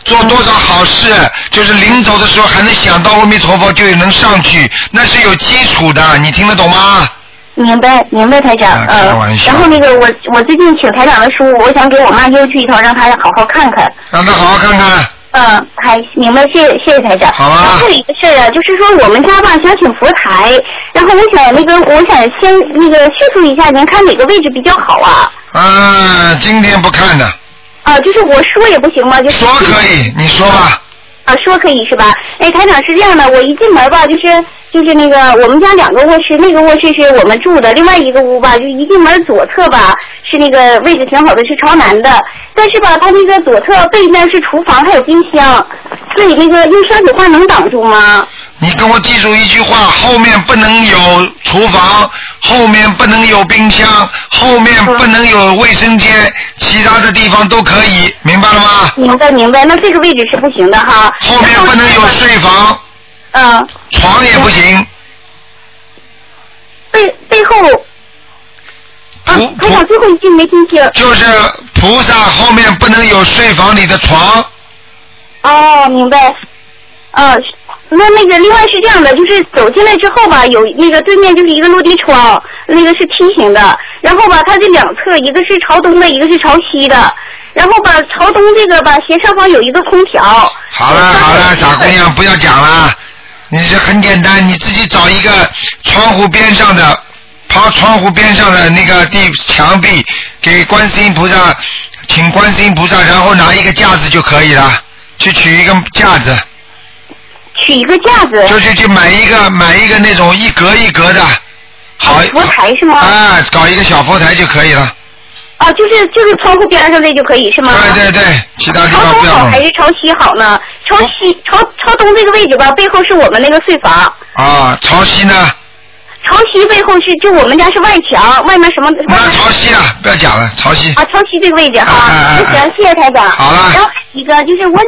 做多少好事，就是临走的时候还能想到阿弥陀佛，就能上去，那是有基础的，你听得懂吗？明白，明白，台长。啊开玩笑呃、然后那个我我最近请台长的书，哎我想给我妈邮去一套，让她好好看看。让他好好看看。嗯，还明白，谢谢谢谢台长。好啊。还有一个事儿啊，就是说我们家吧想请佛台，然后我想那个我想先那个叙述一下，您看哪个位置比较好啊？啊，今天不看的，啊，就是我说也不行吗？就是说可以，你说吧。啊，说可以是吧？哎，台长是这样的，我一进门吧，就是就是那个我们家两个卧室，那个卧室是我们住的，另外一个屋吧，就一进门左侧吧是那个位置挺好的，是朝南的，但是吧，它那个左侧背面是厨房还有冰箱，所以那个用山水画能挡住吗？你跟我记住一句话：后面不能有厨房，后面不能有冰箱，后面不能有卫生间，其他的地方都可以，明白了吗？明白明白，那这个位置是不行的哈。后面哎不能有睡房。嗯。床也不行。背背后。啊，台长最后一句没听清。就是菩萨后面不能有睡房里的床。哦，明白。呃，那那个另外是这样的，就是走进来之后吧，有那个对面就是一个落地窗，那个是梯形的，然后吧，它这两侧一个是朝东的，一个是朝西的，然后吧，朝东这个吧，斜上方有一个空调。好了好了，傻姑娘，不要讲了。你这很简单，你自己找一个窗户边上的，趴窗户边上的那个地墙壁，给观世音菩萨，请观世音菩萨，然后拿一个架子就可以了，去取一个架子。取一个架子。就去去买一个买一个那种一格一格的，好。佛台是吗？啊，搞一个小佛台就可以了。啊，就是就是窗户边上那就可以是吗？对对对，其他地朝方东不要好弄还是朝西好呢？朝西朝朝东这个位置吧，背后是我们那个睡房。啊，朝西呢？朝西背后是就我们家是外墙，外面什么？外面朝西啊，不要讲了，朝西。啊，朝西这个位置哈。哎哎哎那行，谢谢台长。好了然后一个就是我，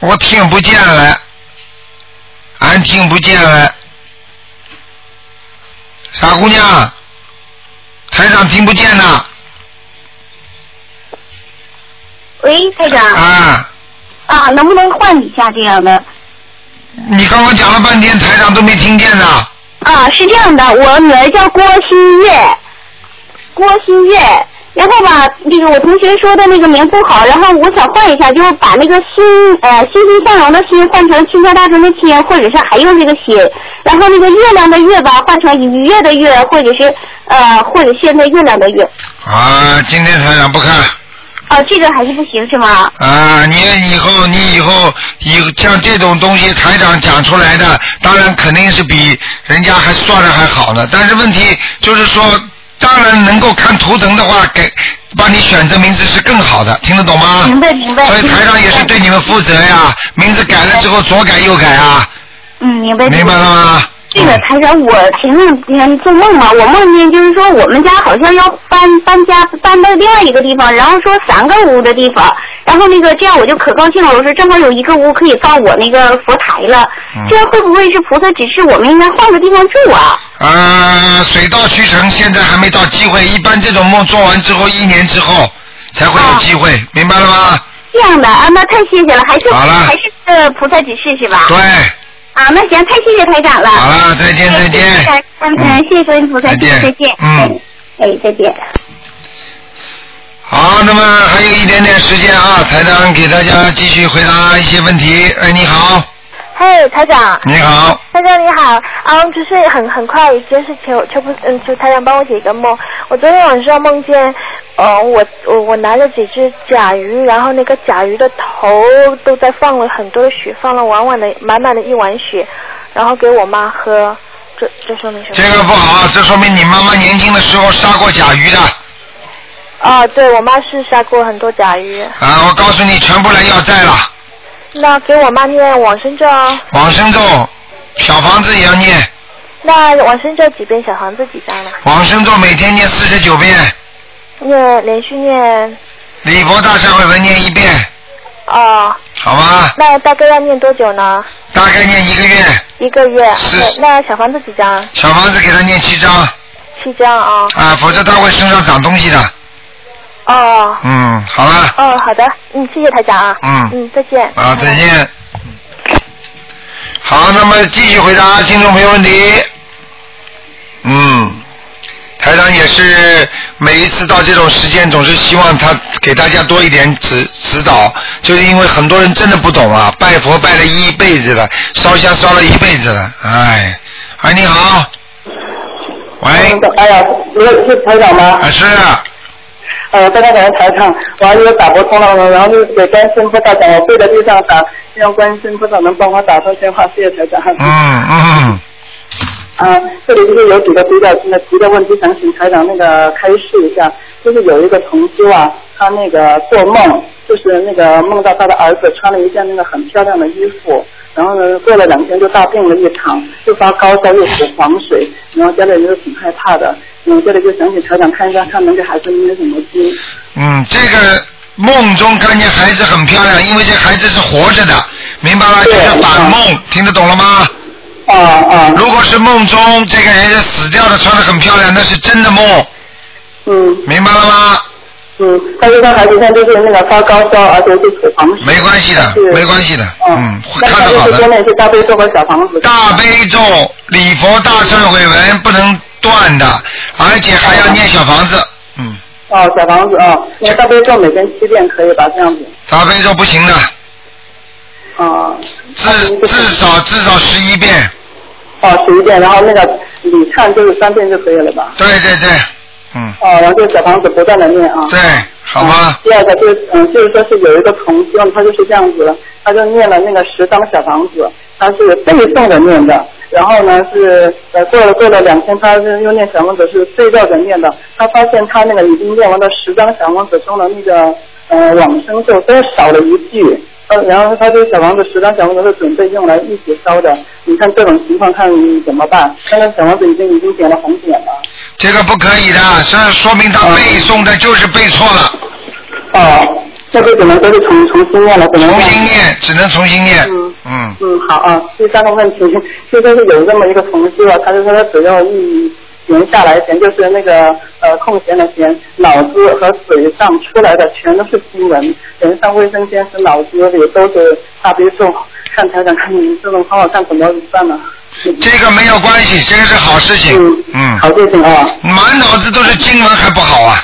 我听不见了，俺听不见了。傻姑娘，台长听不见呐。喂，台长。啊。啊，能不能换一下这样的？你刚刚讲了半天，台长都没听见呢。啊，是这样的，我女儿叫郭新月，郭新月，然后吧，那个我同学说的那个名不好，然后我想换一下，就是把那个心呃欣欣向荣的心换成倾家荡产的倾，或者是还用这个心，然后那个月亮的月吧换成愉悦的悦，或者是呃或者现在月亮的月。啊，今天台长不看。啊，这个还是不行是吗？啊，你以后你以后以像这种东西台长讲出来的，当然肯定是比人家还算的还好呢。但是问题就是说，当然能够看图腾的话，给帮你选择名字是更好的，听得懂吗？明白明白。所以台长也是对你们负责呀，名字改了之后左改右改啊，嗯，明白。明白了吗？这个台长，我前两天做梦嘛，我梦见就是说我们家好像要搬搬家，搬到另外一个地方，然后说三个屋的地方，然后那个这样我就可高兴了，我说正好有一个屋可以放我那个佛台了，嗯这样会不会是菩萨指示我们应该换个地方住啊？呃，水到渠成，现在还没到机会。一般这种梦做完之后，一年之后才会啊有机会，明白了吗？这样的啊，那太谢谢了，还是好了还是呃菩萨指示是吧？对。啊，那行，太谢谢台长了。好了，再哎见，再见。嗯嗯，谢谢观世音菩萨，再见再见。嗯，哎，再见。好，那么还有一点点时间啊，台长给大家继续回答一些问题。哎，你好，嘿，台长。你好。台长你好，嗯，就是很很快一件事情，我求不嗯求台长帮我解一个梦。我昨天晚上梦见，呃，我我我拿着几只甲鱼，然后那个甲鱼的头都在放了很多的血，放了碗碗的满满的一碗血，然后给我妈喝。这这说明什么？这个不好，这说明你妈妈年轻的时候杀过甲鱼的哦，对我妈是杀过很多甲鱼。啊！我告诉你，全部来要债了，那给我妈念往生咒哦，往生咒，小房子也要念，那往生咒几遍，小房子几张呢？往生咒每天念四十九遍，念连续念礼佛大忏悔文念一遍，哦。好吗？那大概要念多久呢？大概念一个月，一个月。对那小房子几张？小房子给他念七张七张啊、啊，否则他会身上长东西的。哦。嗯，好了，哦，好的，嗯，谢谢台长啊。嗯嗯，再见。啊，再见。好，那么继续回答听众朋友问题。嗯，台长也是每一次到这种时间，总是希望他给大家多一点指指导，就是因为很多人真的不懂啊，拜佛拜了一辈子了，烧香烧了一辈子了，哎，哎，你好，喂，啊哎呀，那个是台长吗？是。呃，在那个台上，完了又打不通了，然后就给观世音菩萨讲，我跪在地上打，希望观世音菩萨能帮我打通电话，谢谢台长。嗯嗯。啊，这里就是有几个比较那急的问题，想请台长那个开示一下。就是有一个同修啊，他那个做梦，就是那个梦到他的儿子穿了一件那个很漂亮的衣服，然后呢，过了两天就大病了一场，又发高烧又吐黄水，然后家里人就挺害怕的。嗯，这里就想请台长看一下，看能给孩子念什么经。嗯，这个梦中看见孩子很漂亮，因为这孩子是活着的，明白吗？就是反梦，听得懂了吗？啊啊！如果是梦中这个人是死掉的，穿的很漂亮，那是真的梦。嗯。明白了吗？嗯，但是他孩子现在就是那个发高烧，而且是吐黄水。没关系的，没关系的，嗯，会那看他得就好是的。说那是大悲咒和小房子。大悲咒、礼佛大忏悔文不能断的，而且还要念小房子。嗯哦，小房子啊、哦，那大悲咒每天七遍可以吧？这样子。大悲咒不行的，啊、至至少至少十一遍。哦，十一遍，然后那个礼忏就是三遍就可以了吧？对对对，嗯哦，然后就是小房子不断的念啊。对，好吗？第二个就是，嗯，就是说是有一个同修，他就是这样子的，他就念了那个十张小房子，他是背诵着念的，然后呢是呃过了过了两天，他是又念小房子是对照着念的，他发现他那个已经念完了十张小房子中的那个呃往生咒，但是少了一句。呃，然后他这个小房子十张小房子是准备用来一起烧的，你看这种情况看怎么办？那个小房子已经已经点了红点了。这个不可以的，这说明他背诵的就是背错了。哦，这个只能都是重重新念了，嗯只能重新念，只能重新念。嗯嗯嗯，好啊。第三个问题， 就就是有这么一个同事啊，他就说他只要一闲下来闲，就是那个呃空闲的闲，脑子和嘴上出来的全都是新闻，人上卫生间是脑子里都是大悲咒，看台长看你这种方法看怎么办呢？这个没有关系，这个是好事情。嗯，好事情啊。满脑子都是经文还不好啊？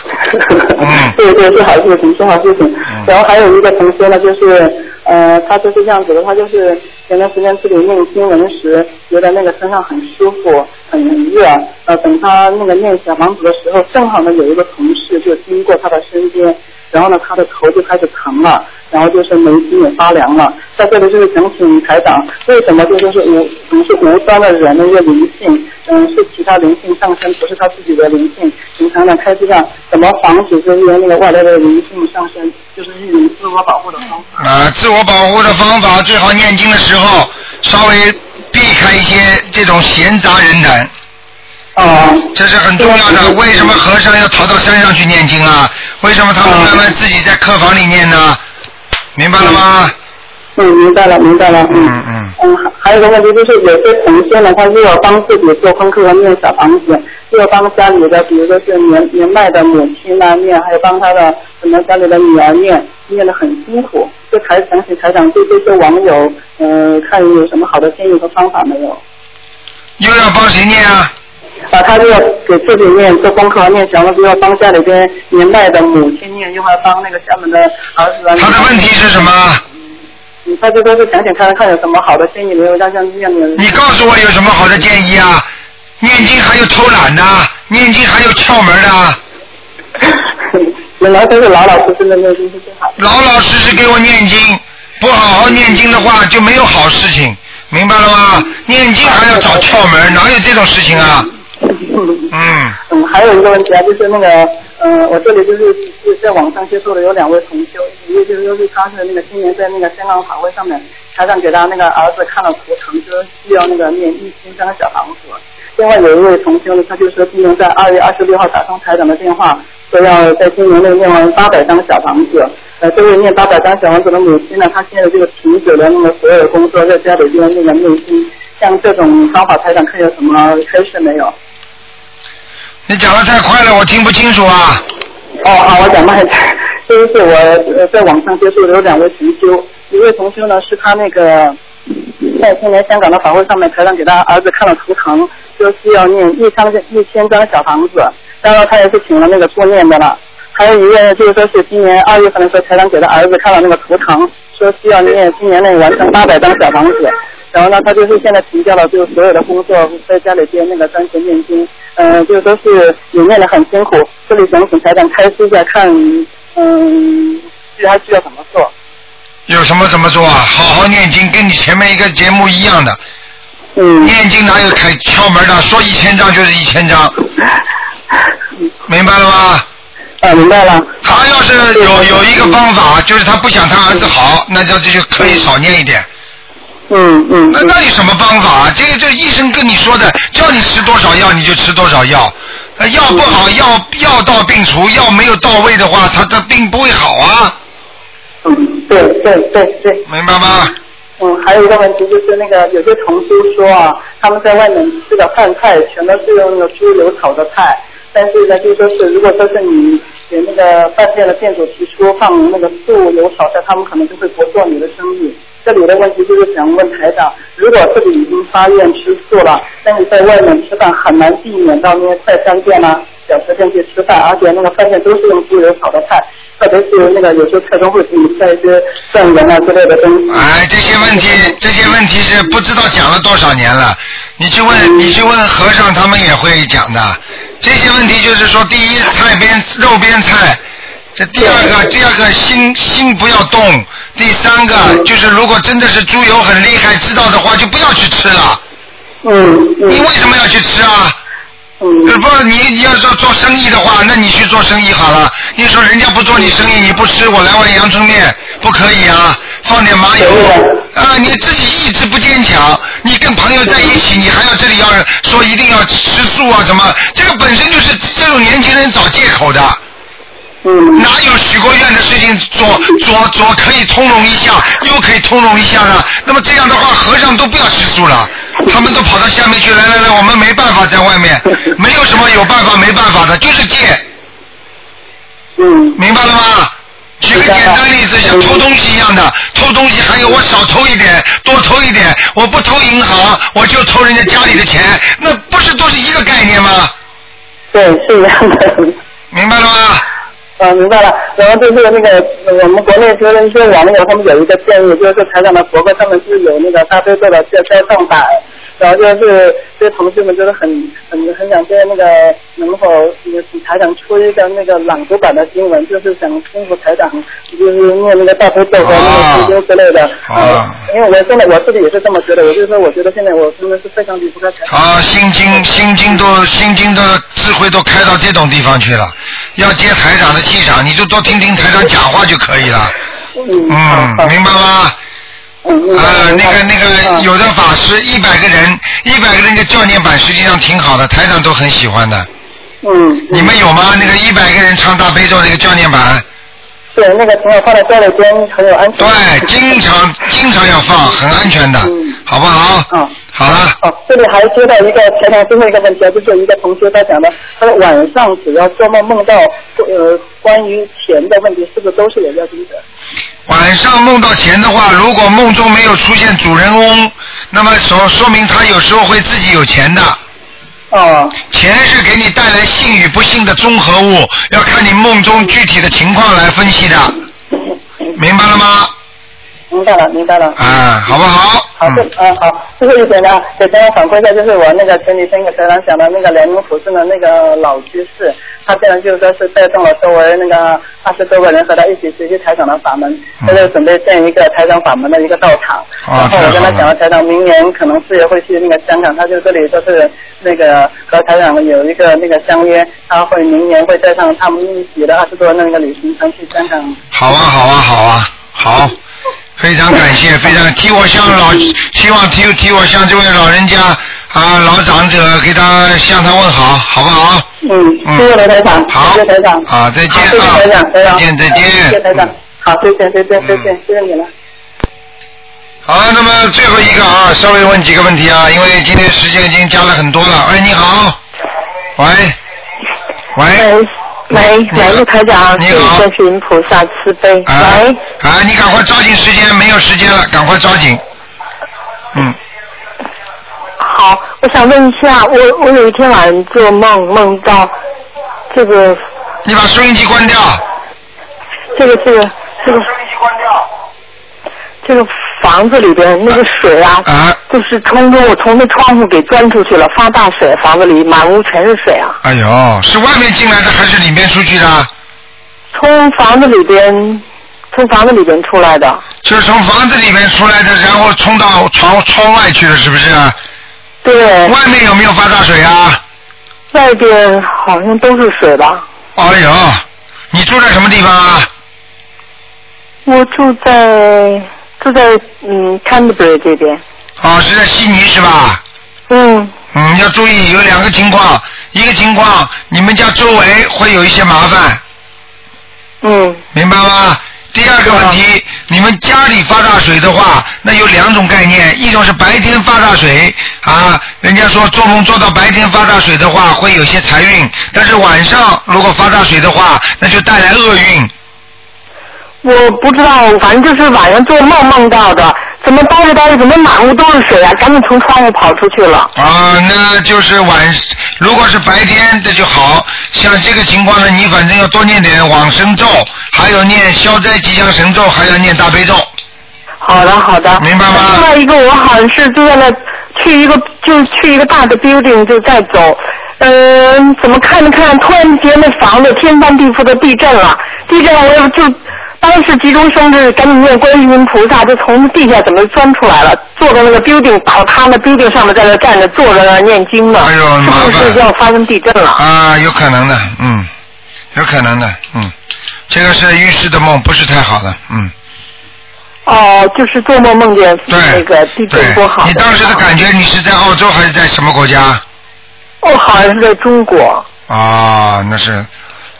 对对，是好事情，是好事情。然后还有一个同学呢，就是呃，他就是这样子的，他就是前段时间自己念经文时，觉得那个身上很舒服，很热。呃，等他那个念小房子的时候，正好呢有一个同事就经过他的身边，然后呢他的头就开始疼了，然后就是眉心也发凉了。在这里就是想请台长，为什么这就是无总是无端的人的一个灵性，嗯，是其他灵性上升，不是他自己的灵性。平常的开支上怎么防止这些那个外来的灵性上升，就是一种自我保护的方法。啊，自我保护的方法最好念经的时候稍微避开一些这种闲杂人等。哦，这是很重要的。为什么和尚要逃到山上去念经啊？为什么他们慢慢自己在客房里念呢？明白了吗？嗯，明白了，明白了。嗯嗯。嗯，还有一个问题就是，有些同学呢，他又要帮自己做功课和念小房子，又要帮家里的，比如说是年年迈的母亲啊念，还有帮他的什么家里的女儿念，念得很辛苦。就台想请台长对这些网友，呃嗯，看有什么好的建议和方法没有？又要帮谁念啊？啊，他就要给自己念做功课和念小房子，又要帮家里边年迈的母亲念，又要帮那个厦门的儿子啊。他的问题是什么？嗯，他这都是想请看看有什么好的建议没有，让像念的人。 你告诉我有什么好的建议啊？念经还有偷懒的，念经还有窍门的，本来都是老老实实的念经是最好的。老老实实给我念经，不好好念经的话就没有好事情，明白了吗？念经还要找窍门，哪有这种事情啊？嗯，嗯，还有一个问题啊，就是那个，呃，我这里就是是在网上接触的有两位同修，一位就是就是他是那个今年在那个香港法会上面，台上给他那个儿子看了图腾，就是需要那个念一千张小房子。另外有一位同修呢，他就说今年在二月二十六号打通台长的电话，说要在今年内念完八百张小房子。呃，这位念八百张小房子的母亲呢，她现在就停止了那个所有的工作，在家里边那个念经。像这种方法，台长看有什么开示没有？你讲的太快了，我听不清楚啊。哦，好，我讲慢一点。这一次我呃在网上接触的有两位同修，一位同修呢是他那个在今年香港的法会上面，台上给他儿子看了图腾，说需要念一张一千张小房子，当然他也是请了 那个助念的了。还有一位呢，就是说是今年二月份的时候，台长给他儿子看了那个图腾，说需要念今年内完成八百张小房子。然后呢，他就是现在停掉了，就是所有的工作，在家里边那个专心念经，嗯、就是说是也念得很辛苦。这里想请台长开示一下，看嗯，需还需要怎么做？有什么怎么做啊？好好念经，跟你前面一个节目一样的。嗯。念经哪有开窍门的？说一千章就是一千章，明白了吗？啊，明白了。嗯他要是有有一个方法，就是他不想他儿子好，那他就就可以少念一点。嗯嗯。那那有什么方法啊？这个这医生跟你说的，叫你吃多少药你就吃多少药，呃药不好药药到病除，药没有到位的话，他的病不会好啊。对对对对，明白吗？嗯，还有一个问题就是那个有些同事说啊，他们在外面吃的饭菜全都是用那个猪油炒的菜，但是呢，就是说是如果说是你给那个饭店的店主提出放那个素油炒菜，他们可能就会不做你的生意。这里的问题就是想问台长，如果自己已经发愿吃素了，但是在外面吃饭很难避免到那些快餐店啊、小吃店去吃饭，而且那个饭店都是用猪油炒的菜，特别是那个有些菜中会给你加一些蒜盐啊之类的东西。哎，这些问题，这些问题是不知道讲了多少年了。你去问，你去问和尚，他们也会讲的。这些问题就是说，第一，菜边肉边菜；这第二个，第二个心心不要动；第三个就是，如果真的是猪油很厉害，知道的话就不要去吃了。嗯。你为什么要去吃啊？嗯。不，你你要说做生意的话，那你去做生意好了。你说人家不做你生意，你不吃，我来碗阳春面不可以啊？放点麻油啊！你自己意志不坚强，你跟朋友在一起，你还要这里要说一定要吃素啊什么？这个本身就是这种年轻人找借口的。嗯。哪有许过愿的事情左左左可以通融一下，右可以通融一下呢？那么这样的话，和尚都不要吃素了，他们都跑到下面去。来来来，我们没办法在外面，没有什么有办法没办法的，就是戒。嗯。明白了吗？举个简单例子，像偷东西一样的，偷东西还有我少偷一点，多偷一点，我不偷银行，我就偷人家家里的钱，那不是都是一个概念吗？对，是一样的。 明白了吗？嗯，明白了。然后就是那个呃我们国内就是一些网友他们有一个建议，就是台长的博客上面是有那个大悲咒的在在上版，然后就是这同事们就是很很很想见那个能否那个请台长出一个那个朗读版的经文，就是想辛苦台长就是念那个大悲咒和那个心经之类的。啊呃因为我现在我自己也是这么觉得，我就说我觉得现在我真的是非常离不开台长。啊，心经心经都心经的智慧都开到这种地方去了，要接台长的气场，你就多听听台长讲话就可以了。嗯，明白吗？嗯呃，那个那个，有的法师一百个人，一百个人的教念版实际上挺好的，台长都很喜欢的。嗯。你们有吗？那个一百个人唱大悲咒那个教念版？对，那个挺好，放在家里边很有安全感。对，经常经常要放，很安全的，好不好？嗯，好了。哦，这里还接到一个前台最后一个问题，就是一个同学他讲的，他说晚上只要做梦梦到呃关于钱的问题，是不是都是有要经者？晚上梦到钱的话，如果梦中没有出现主人翁，那么说说明他有时候会自己有钱的。哦。钱是给你带来幸与不幸的综合物，要看你梦中具体的情况来分析的，明白了吗？嗯明白了，明白了。啊，好不好？好，这嗯好，最后一点呢，给大家反馈一下，就是我那个前几天给台长讲的那个辽宁普顺的那个老居士，他现在就是说是带动了周围那个二十多个人和他一起学习台长的法门，他嗯就准备建一个台长法门的一个道场。啊然后我跟他讲了，台长明年可能四月会去那个香港，他就这里就是那个和台长有一个那个相约，他会明年会带上他们一起的二十多人的那个旅行团去香港。好啊，好啊，好啊，好，非常感谢，非常替我向老，希望替替我向这位老人家啊老长者给他向他问好，好不好？嗯，谢谢刘台长，谢谢台长，啊，再见好谢谢啊台长，，台再长，见，再嗯谢谢见。台长，好，谢谢，谢谢，谢谢，谢谢你了。好，那么最后一个啊，稍微问几个问题啊，因为今天时间已经加了很多了。哎，你好，喂，喂，喂喂，陆台长，你请好观世音菩萨慈悲。喂，啊，你赶快抓紧时间，没有时间了，赶快抓紧。嗯好，我想问一下，我我有一天晚上做梦，梦到这个。你把收音机关掉。这个这个这个。这个房子里边那个水啊，嗯就是冲着我从那窗户给钻出去了，发大水，房子里满屋全是水啊。哎呦，是外面进来的还是里面出去的？从房子里边，从房子里边出来的。就是从房子里面出来的，然后冲到窗窗外去了，是不是？对。外面有没有发大水啊？外边好像都是水吧。哎呦，你住在什么地方啊？我住在住在嗯 Canterbury 这边。哦，是在悉尼是吧？嗯。嗯，要注意有两个情况，一个情况你们家周围会有一些麻烦。嗯。明白吗？第二个问题，你们家里发大水的话，那有两种概念，一种是白天发大水啊，人家说做梦做到白天发大水的话，会有些财运；但是晚上如果发大水的话，那就带来厄运。我不知道，反正就是晚上做梦梦到的，怎么呆着呆着，怎么满屋都是水啊？赶紧从窗户跑出去了。啊，那就是晚，如果是白天的就好，像这个情况呢，你反正要多念点往生咒，还有念消灾吉祥神咒，还要念大悲咒。好的，好的。明白吗？另外一个，我好像是就在那去一个，就去一个大的 building 就在走，嗯、怎么看着看，突然间那房子天翻地覆的地震了，地震了我也就当时急中生智，赶紧念观世音菩萨，就从地下怎么钻出来了，坐到那个 building 倒塌那 building 上面，在那站着坐着那念经呢，是不是要发生地震了？啊，有可能的，嗯，有可能的，嗯，这个是预示的梦，不是太好的，嗯，哦，就是做梦梦见那个地震对不好。你当时的感觉，你是在澳洲还是在什么国家？哦，好像是在中国。啊，那是，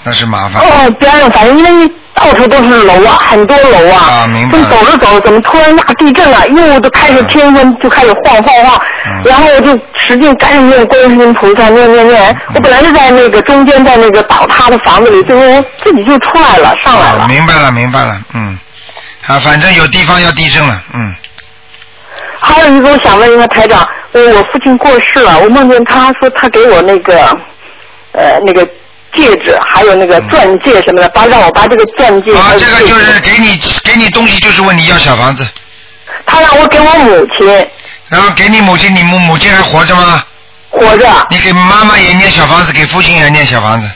那是麻烦。哦，边上反正因为到处都是楼啊，很多楼啊。啊，明白走着走着，怎么突然大地震了？因为我就开始天上就开始晃晃晃，嗯然后我就使劲赶紧念观世音菩萨，念念嗯念。我本来是在那个中间，在那个倒塌的房子里，最后我自己就出来了，上来了。啊，明白了，明白了，嗯，啊，反正有地方要地震了，嗯，还有一个，我想问一下台长，我我父亲过世了，我梦见他说他给我那个，呃，那个戒指，还有那个钻戒什么的，把让我把这个钻戒啊还，有这个戒就指是给你给你东西，就是问你要小房子。他让我给我母亲。然后给你母亲，你母母亲还活着吗？活着。你给妈妈也念小房子，给父亲也念小房子。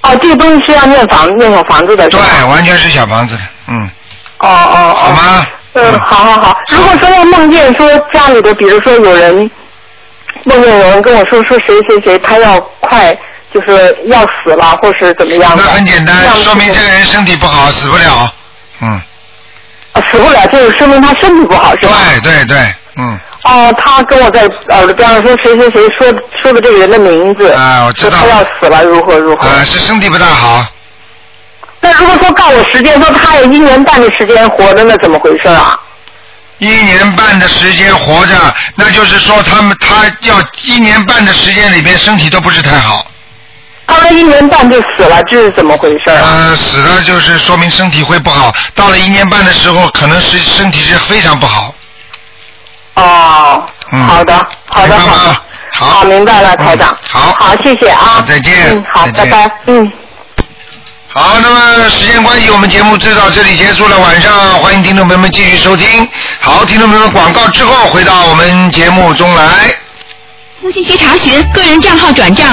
哦，这个东西是要念房念小房子的是吧？对，完全是小房子的，嗯。哦哦哦。好吗？嗯，好好好。如果说要梦见说家里的，比如说有人梦见有人跟我说说谁谁谁他要快就是要死了，或是怎么样的？那很简单这样，说明这个人身体不好，死不了。嗯啊死不了，就是说明他身体不好是吧？对对对，嗯。哦，他跟我在耳朵边上说谁谁谁说说的这个人的名字，啊，我知道。他要死了，如何如何？啊，是身体不大好。那如果说告我时间，说他有一年半的时间活着，那怎么回事啊？一年半的时间活着，那就是说他们他要一年半的时间里边身体都不是太好。他一年半就死了，这是怎么回事啊？呃，死了就是说明身体会不好，到了一年半的时候，可能是身体是非常不好。哦，嗯好的，好的，好的，好，明白了，台长。好，好，谢谢啊。再见嗯，好，再拜见拜。嗯。好，那么时间关系，我们节目就到这里结束了。晚上欢迎听众朋友们继续收听。好，听众朋友们，广告之后回到我们节目中来。咨询及查询，个人账号转账